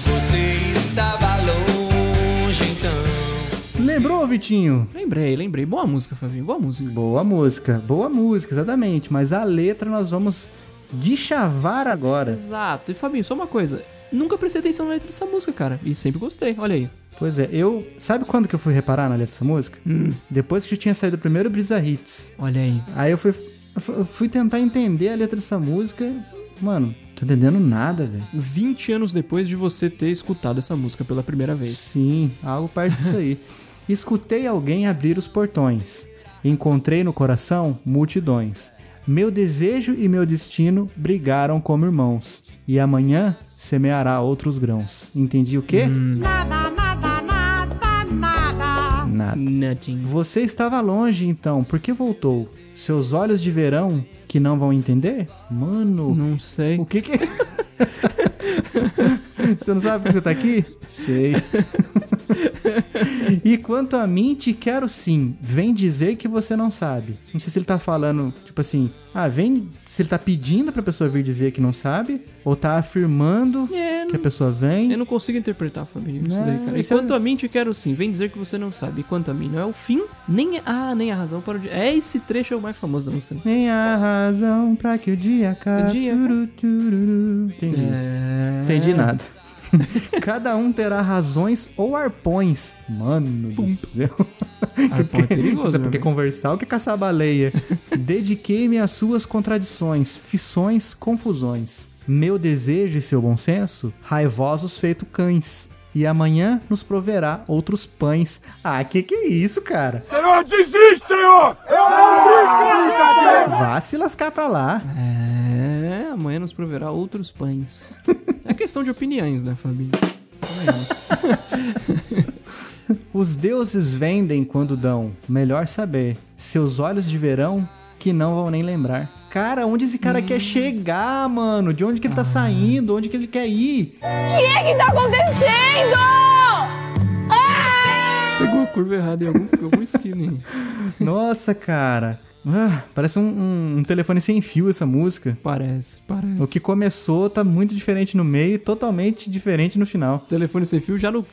G: Você estava longe então.
B: Lembrou, Vitinho?
C: Lembrei, lembrei. Boa música, Fabinho, boa música.
B: Boa música, boa música, exatamente. Mas a letra nós vamos deschavar agora.
C: Exato. E Fabinho, só uma coisa. Nunca prestei atenção na letra dessa música, cara. E sempre gostei, olha aí.
B: Pois é, eu. Sabe quando que eu fui reparar na letra dessa música? Depois que já tinha saído o primeiro Brisa Hits.
C: Olha aí.
B: Aí eu fui, eu fu- eu fui tentar entender a letra dessa música. Mano, tô entendendo nada, velho.
C: 20 anos depois de você ter escutado essa música pela primeira vez.
B: Sim, algo parte disso aí. Escutei alguém abrir os portões. Encontrei no coração multidões. Meu desejo e meu destino brigaram como irmãos. E amanhã semeará outros grãos. Entendi o quê? Nada. Você estava longe então, por que voltou? Seus olhos de verão que não vão entender? Mano.
C: Não sei.
B: O que que. você não sabe que você tá aqui? Sei. e quanto a mim, te quero sim. Vem dizer que você não sabe. Não sei se ele tá falando, tipo assim, ah, vem. Se ele tá pedindo pra pessoa vir dizer que não sabe, ou tá afirmando
C: É,
B: que a pessoa vem.
C: Eu não consigo interpretar, Fabinho, isso
B: Não,
C: daí, cara. E
B: isso é-
C: quanto a mim, te quero sim. Vem dizer que você não sabe. E quanto a mim, não é o fim, nem a- ah, nem a razão para o dia. É, esse trecho é o mais famoso da música. né?
B: Nem a razão pra que o dia acabe.
C: O dia É.
B: Turu, tururu. Entendi. Entendi nada. É. Cada um terá razões ou arpões. Mano do céu.
C: Arpão é perigoso,
B: Isso é
C: meu
B: porque
C: amigo.
B: conversar o que é caçar baleia. Dediquei-me às suas contradições, fissões, confusões. Meu desejo e seu bom senso, raivosos feito cães. E amanhã nos proverá outros pães. Ah, que que é isso, cara?
Q: Senhor, desiste, senhor! Eu não
B: Vá se lascar pra lá.
C: É, amanhã nos proverá outros pães. É questão de opiniões, né, Fabinho?
B: Os deuses vendem quando dão, melhor saber. Seus olhos de verão que não vão nem lembrar. Cara, onde esse cara quer chegar, mano? De onde que ele tá saindo? Onde que ele quer ir?
M: O que é que tá acontecendo?
C: Pegou a curva errada em algum, algum skin.
B: Nossa, cara. Ah, parece um, um telefone sem fio essa música.
C: Parece, parece.
B: O que começou tá muito diferente no meio e totalmente diferente no final.
C: Telefone sem fio já no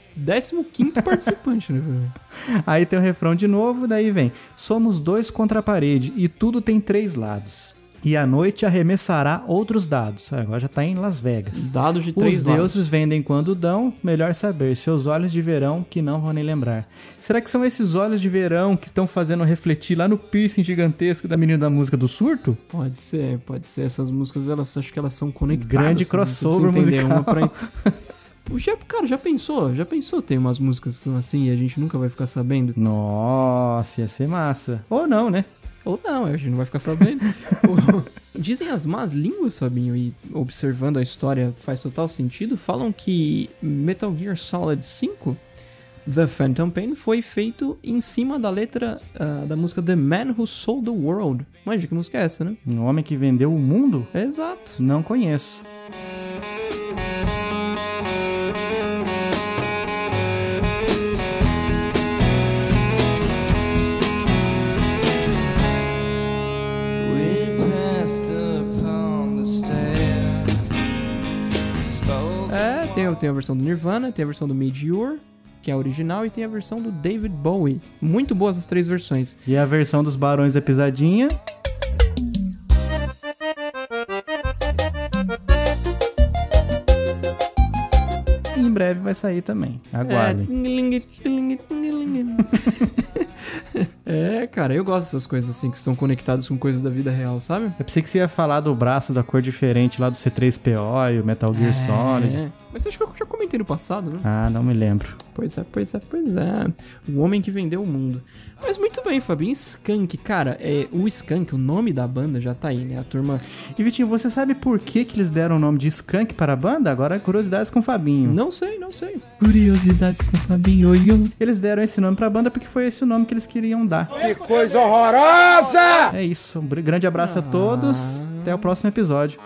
C: 15 participante, né, velho?
B: Aí tem o refrão de novo, daí vem: Somos dois contra a parede e tudo tem três lados. E a noite arremessará outros dados. Ah, Agora já tá em Las Vegas.
C: Dados de três
B: Os
C: lados.
B: deuses vendem quando dão, melhor saber. Seus olhos de verão que não vão nem lembrar. Será que são esses olhos de verão que estão fazendo refletir lá no piercing gigantesco da menina da música do surto?
C: Pode ser, pode ser. Essas músicas, elas acho que elas são conectadas.
B: Grande
C: né? Você precisa
B: crossover
C: entender
B: musical.
C: uma pra ent- Pô, já- cara, já pensou? Já pensou ter umas músicas que são assim e a gente nunca vai ficar sabendo?
B: Nossa, ia ser massa. Ou não, né?
C: Ou não, a gente não vai ficar sabendo. Ou- Dizem as más línguas, Fabinho, e observando a história faz total sentido, falam que Metal Gear Solid 5, The Phantom Pain, foi feito em cima da letra ah, da música The Man Who Sold the World. Manja, que música é essa, né?
B: Um homem que vendeu o mundo?
C: Exato.
B: Não conheço.
C: É, tem, tem a versão do Nirvana, tem a versão do Meteor, que é a original, e tem a versão do David Bowie. Muito boas as três versões.
B: E a versão dos Barões da Pisadinha? Em breve vai sair também. Aguardem.
C: É, cara, eu gosto dessas coisas assim, que estão conectadas com coisas da vida real, sabe?
B: Eu pensei que você ia falar do braço da cor diferente lá do C3PO e o Metal Gear Solid.
C: É. Mas acho que eu já comentei no passado, né?
B: Ah, não me lembro.
C: Pois é, pois é, pois é. O homem que vendeu o mundo. Mas muito bem, Fabinho. Skunk, cara, é, o Skunk, o nome da banda já tá aí, né? A turma.
B: E Vitinho, você sabe por que, que eles deram o nome de Skunk para a banda? Agora curiosidades com o Fabinho.
C: Não sei, não sei.
B: Curiosidades com o Fabinho. Eles deram esse nome para a banda porque foi esse o nome que eles queriam dar.
E: Que coisa horrorosa!
B: É isso. Um br- grande abraço a todos.
C: Ah.
B: Até o próximo episódio.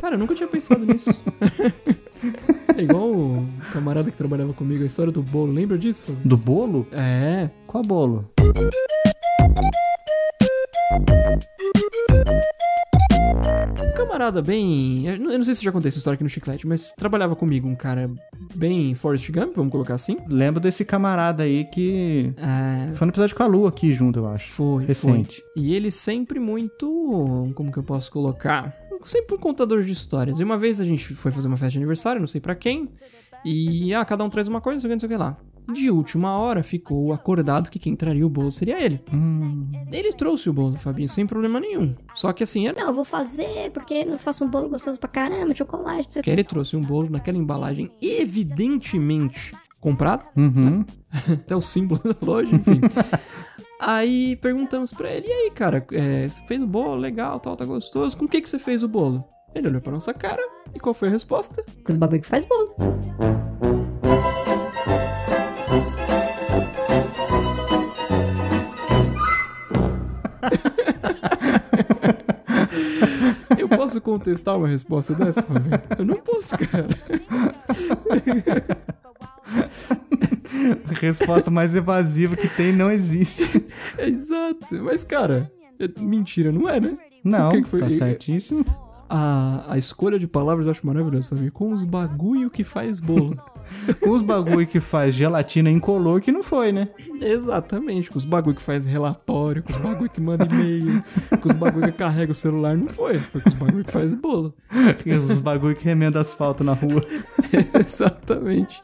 C: Cara, eu nunca tinha pensado nisso. é igual o camarada que trabalhava comigo, a história do bolo. Lembra disso, Fabinho?
B: Do bolo?
C: É.
B: Qual bolo?
C: Um camarada bem. Eu não eu não sei se eu já contei essa história aqui no Chiclete, mas trabalhava comigo um cara bem Forrest Gump, vamos colocar assim.
B: Lembro desse camarada aí que. Foi no episódio com a Lu aqui junto, eu acho.
C: É. Foi.
B: Recente.
C: E ele sempre muito. Como que eu posso colocar? Sempre um contador de histórias. E uma vez a gente foi fazer uma festa de aniversário, não sei pra quem. E ah, cada um traz uma coisa, não sei o que, não sei o que lá. De última hora ficou acordado que quem traria o bolo seria ele. Ele trouxe o bolo, Fabinho, sem problema nenhum. Só que assim, era.
V: Não, eu vou fazer porque eu faço um bolo gostoso pra caramba, chocolate, não sei o quê.
C: Que ele trouxe um bolo naquela embalagem evidentemente comprada.
B: Uhum.
C: Até o símbolo da loja, enfim. aí perguntamos pra ele, e aí, cara, é, você fez o bolo, legal, tal, tá gostoso. Com o que, que você fez o bolo? Ele olhou pra nossa cara e qual foi a resposta?
V: Com os bagulho que faz bolo.
C: Eu posso contestar uma resposta dessa, Fabinho? Eu não posso, cara.
B: Resposta mais evasiva que tem não existe.
C: É, Exato. Mas, cara, é- mentira, não é, né?
B: Não,
C: O
B: tá certíssimo.
C: A, a escolha de palavras eu acho maravilhosa, Fabinho. Com os bagulho que faz bolo.
B: Os bagulho que faz gelatina incolor que não foi, né?
C: Exatamente, com os bagulho que faz relatório, com os bagulho que manda e-mail, com os bagulho que carrega o celular, não foi. Foi com os bagulho que faz bolo.
B: Os bagulho que remenda asfalto na rua.
C: Exatamente.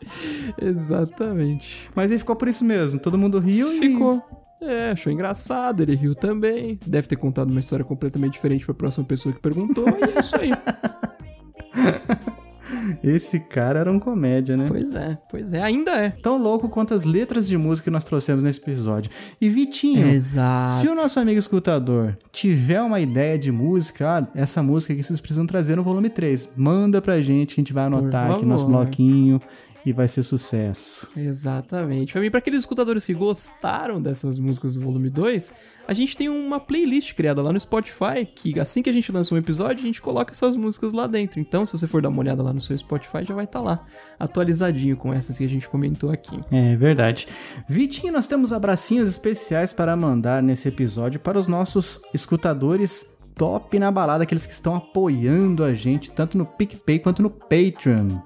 C: Exatamente.
B: Mas aí ficou por isso mesmo. Todo mundo riu e.
C: Ficou. É, achou engraçado, ele riu também. Deve ter contado uma história completamente diferente pra próxima pessoa que perguntou, e é isso aí.
B: Esse cara era um comédia, né?
C: Pois é, pois é, ainda é.
B: Tão louco quanto as letras de música que nós trouxemos nesse episódio. E Vitinho,
C: Exato.
B: se o nosso amigo escutador tiver uma ideia de música, olha, essa música que vocês precisam trazer no volume 3, manda pra gente, a gente vai anotar aqui no nosso
C: favor.
B: bloquinho e vai ser sucesso.
C: Exatamente. Fabi, para aqueles escutadores que gostaram dessas músicas do volume 2, a gente tem uma playlist criada lá no Spotify, que assim que a gente lança um episódio, a gente coloca essas músicas lá dentro. Então, se você for dar uma olhada lá no seu Spotify, já vai estar lá, atualizadinho com essas que a gente comentou aqui.
B: É verdade. Vitinho, nós temos abracinhos especiais para mandar nesse episódio para os nossos escutadores top na balada, aqueles que estão apoiando a gente, tanto no PicPay quanto no Patreon.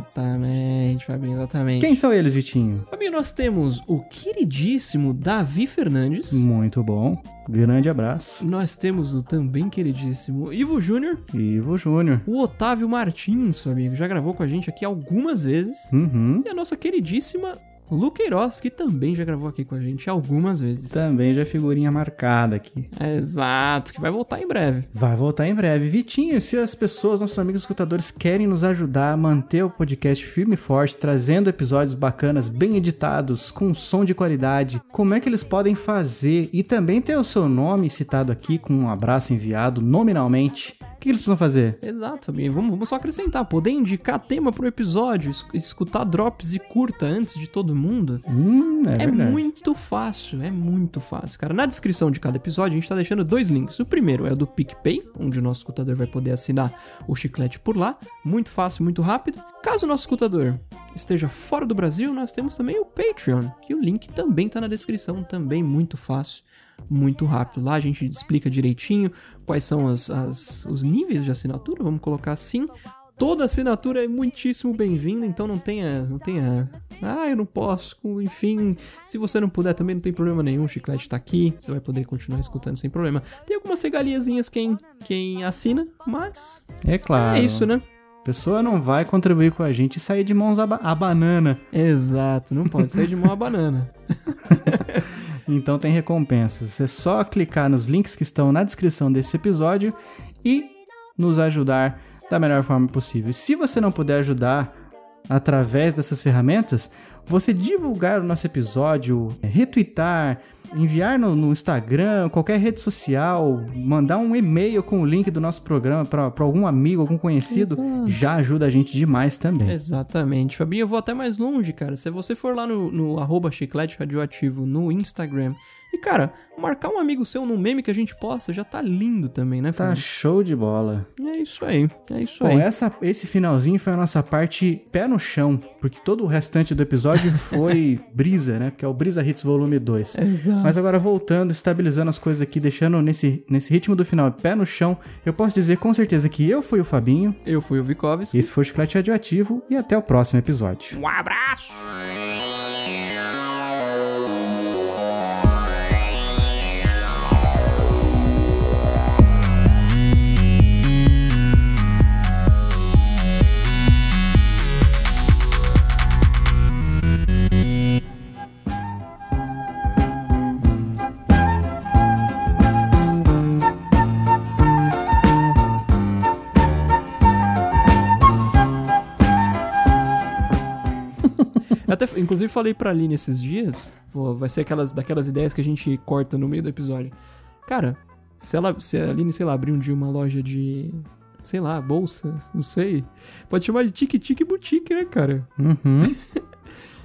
C: Exatamente, Fabinho, exatamente.
B: Quem são eles, Vitinho?
C: Fabinho, nós temos o queridíssimo Davi Fernandes.
B: Muito bom. Grande abraço.
C: Nós temos o também queridíssimo Ivo Júnior.
B: Ivo Júnior.
C: O Otávio Martins, amigo, já gravou com a gente aqui algumas vezes.
B: Uhum.
C: E a nossa queridíssima Luqueiroz, que também já gravou aqui com a gente algumas vezes. É,
B: Também já é figurinha marcada aqui.
C: Exato, que vai voltar em breve.
B: Vai voltar em breve. Vitinho, se as pessoas, nossos amigos escutadores, querem nos ajudar a manter o podcast firme e forte, trazendo episódios bacanas, bem editados, com som de qualidade, como é que eles podem fazer? E também ter o seu nome citado aqui com um abraço enviado nominalmente. O que eles precisam fazer?
C: Exato, amigo. Vamos, vamos só acrescentar. Poder indicar tema pro episódio, es- escutar drops e curta antes de todo mundo.
B: Hum, é,
C: É,
B: verdade.
C: muito fácil, é muito fácil, cara. Na descrição de cada episódio, a gente tá deixando dois links. O primeiro é o do PicPay, onde o nosso escutador vai poder assinar o chiclete por lá. Muito fácil, muito rápido. Caso o nosso escutador esteja fora do Brasil, nós temos também o Patreon, que o link também tá na descrição, também muito fácil. Muito rápido. Lá a gente explica direitinho quais são as- as- os níveis de assinatura, vamos colocar assim. Toda assinatura é muitíssimo bem-vinda, então não tenha, não tenha, ah, eu não posso, com- enfim, se você não puder também não tem problema nenhum, o chiclete tá aqui, você vai poder continuar escutando sem problema. Tem algumas regaliazinhas quem, quem assina, mas
B: É claro.
C: é isso, né?
B: A pessoa não vai contribuir com a gente e sair de mãos a, ba- a banana.
C: Exato, não pode sair de mão a banana.
B: Então tem recompensas. É só clicar nos links que estão na descrição desse episódio e nos ajudar da melhor forma possível. E se você não puder ajudar através dessas ferramentas, você divulgar o nosso episódio, é, retweetar, enviar no, no Instagram, qualquer rede social, mandar um e-mail com o link do nosso programa para algum amigo, algum conhecido,
C: Exato.
B: já ajuda a gente demais também. Tá
C: Exatamente. Fabinho, eu vou até mais longe, cara. Se você for lá no, no arroba chiclete radioativo no Instagram e, cara, marcar um amigo seu num meme que a gente posta já tá lindo também, né,
B: Tá
C: Fabinho?
B: show de bola.
C: É isso aí, é isso aí.
B: Bom, essa, esse finalzinho foi a nossa parte pé no chão, porque todo o restante do episódio foi brisa, né? Porque é o Brisa Hits Volume 2.
C: Exato.
B: Mas agora voltando, estabilizando as coisas aqui, deixando nesse, nesse ritmo do final pé no chão, eu posso dizer com certeza que eu fui o Fabinho,
C: Eu fui o Vikovski.
B: esse foi o Chiclete Radioativo e até o próximo episódio.
C: Um abraço! Eu até, inclusive, falei pra Aline esses dias. pô, vai ser aquelas, daquelas ideias que a gente corta no meio do episódio. Cara, se, ela, se a Aline, sei lá, abrir um dia uma loja de. Sei lá, bolsas, não sei. Pode chamar de tique-tique boutique, né, cara?
B: Uhum.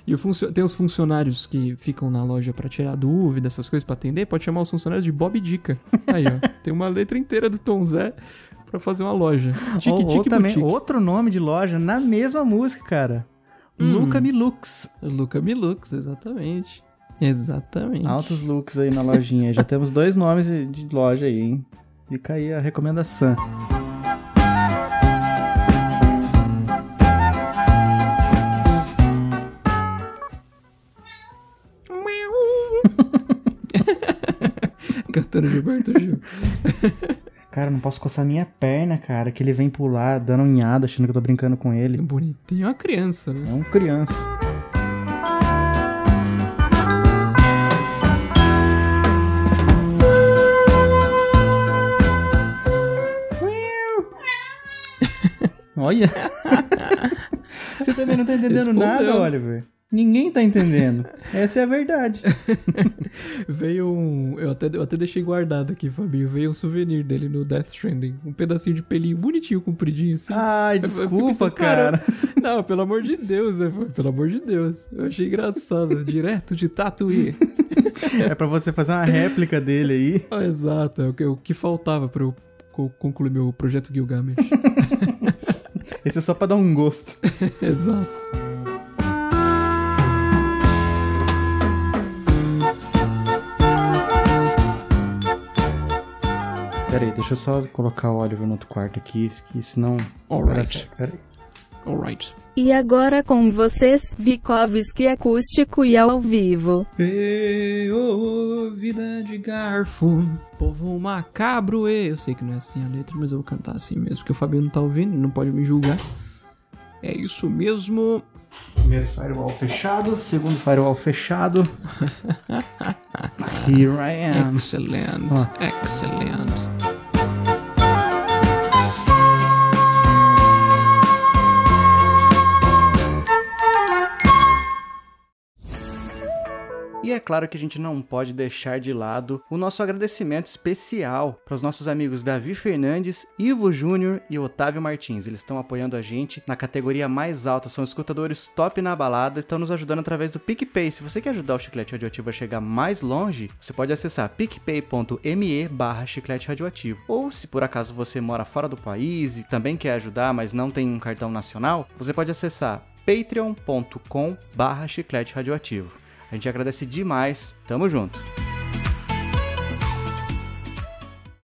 C: E o funcio- tem os funcionários que ficam na loja pra tirar dúvida, essas coisas pra atender, pode chamar os funcionários de Bob Dica. Aí, ó. tem uma letra inteira do Tom Zé pra fazer uma loja. Tique-tique
B: ou, ou também
C: boutique.
B: outro nome de loja na mesma música, cara. Luca Milux.
C: Luca Milux, exatamente. Exatamente.
B: Altos looks aí na lojinha. Já temos dois nomes de- de loja aí, hein? Fica aí a recomendação.
C: Cantando Gilberto Gil.
B: Cara, não posso coçar minha perna, cara, que ele vem pular, dando unhada, achando que eu tô brincando com ele.
C: Bonitinho, é uma criança, né?
B: É um criança. Olha! Você também não tá entendendo
C: Respondeu.
B: tá nada, Oliver. Ninguém tá entendendo. Essa é a verdade.
C: Veio um. Eu até, eu até deixei guardado aqui, Fabinho. Veio um souvenir dele no Death Stranding. Um pedacinho de pelinho bonitinho, compridinho assim.
B: Ai,
C: Eu- eu fiquei
B: desculpa, cara.
C: Não, pelo amor de Deus, né? Fábio? Pelo amor de Deus. Eu achei engraçado. Direto de Tatuí.
B: É pra você fazer uma réplica dele aí.
C: Ah, Exato, é o que, o que faltava pra eu co- concluir meu projeto Gilgamesh.
B: Esse é só pra dar um gosto.
C: Exato.
B: Pera aí, deixa eu só colocar o Oliver no outro quarto aqui, que senão.
C: Alright.
B: Pera aí.
C: Alright.
A: E agora com vocês, Vikovski acústico e ao vivo.
C: E, ô, ô, vida de garfo, povo macabro, e. Eu sei que não é assim a letra, mas eu vou cantar assim mesmo, porque o Fabinho não tá ouvindo, não pode me julgar. É isso mesmo.
B: Primeiro firewall fechado, segundo firewall fechado. Here I am.
C: Excelente, excelente.
B: E é claro que a gente não pode deixar de lado o nosso agradecimento especial para os nossos amigos Davi Fernandes, Ivo Júnior e Otávio Martins. Eles estão apoiando a gente na categoria mais alta, são escutadores top na balada, estão nos ajudando através do PicPay. Se você quer ajudar o Chiclete Radioativo a chegar mais longe, você pode acessar picpay.me barra chiclete radioativo. Ou se por acaso você mora fora do país e também quer ajudar, mas não tem um cartão nacional, você pode acessar patreon.com barra chiclete radioativo. A gente agradece demais. Tamo junto.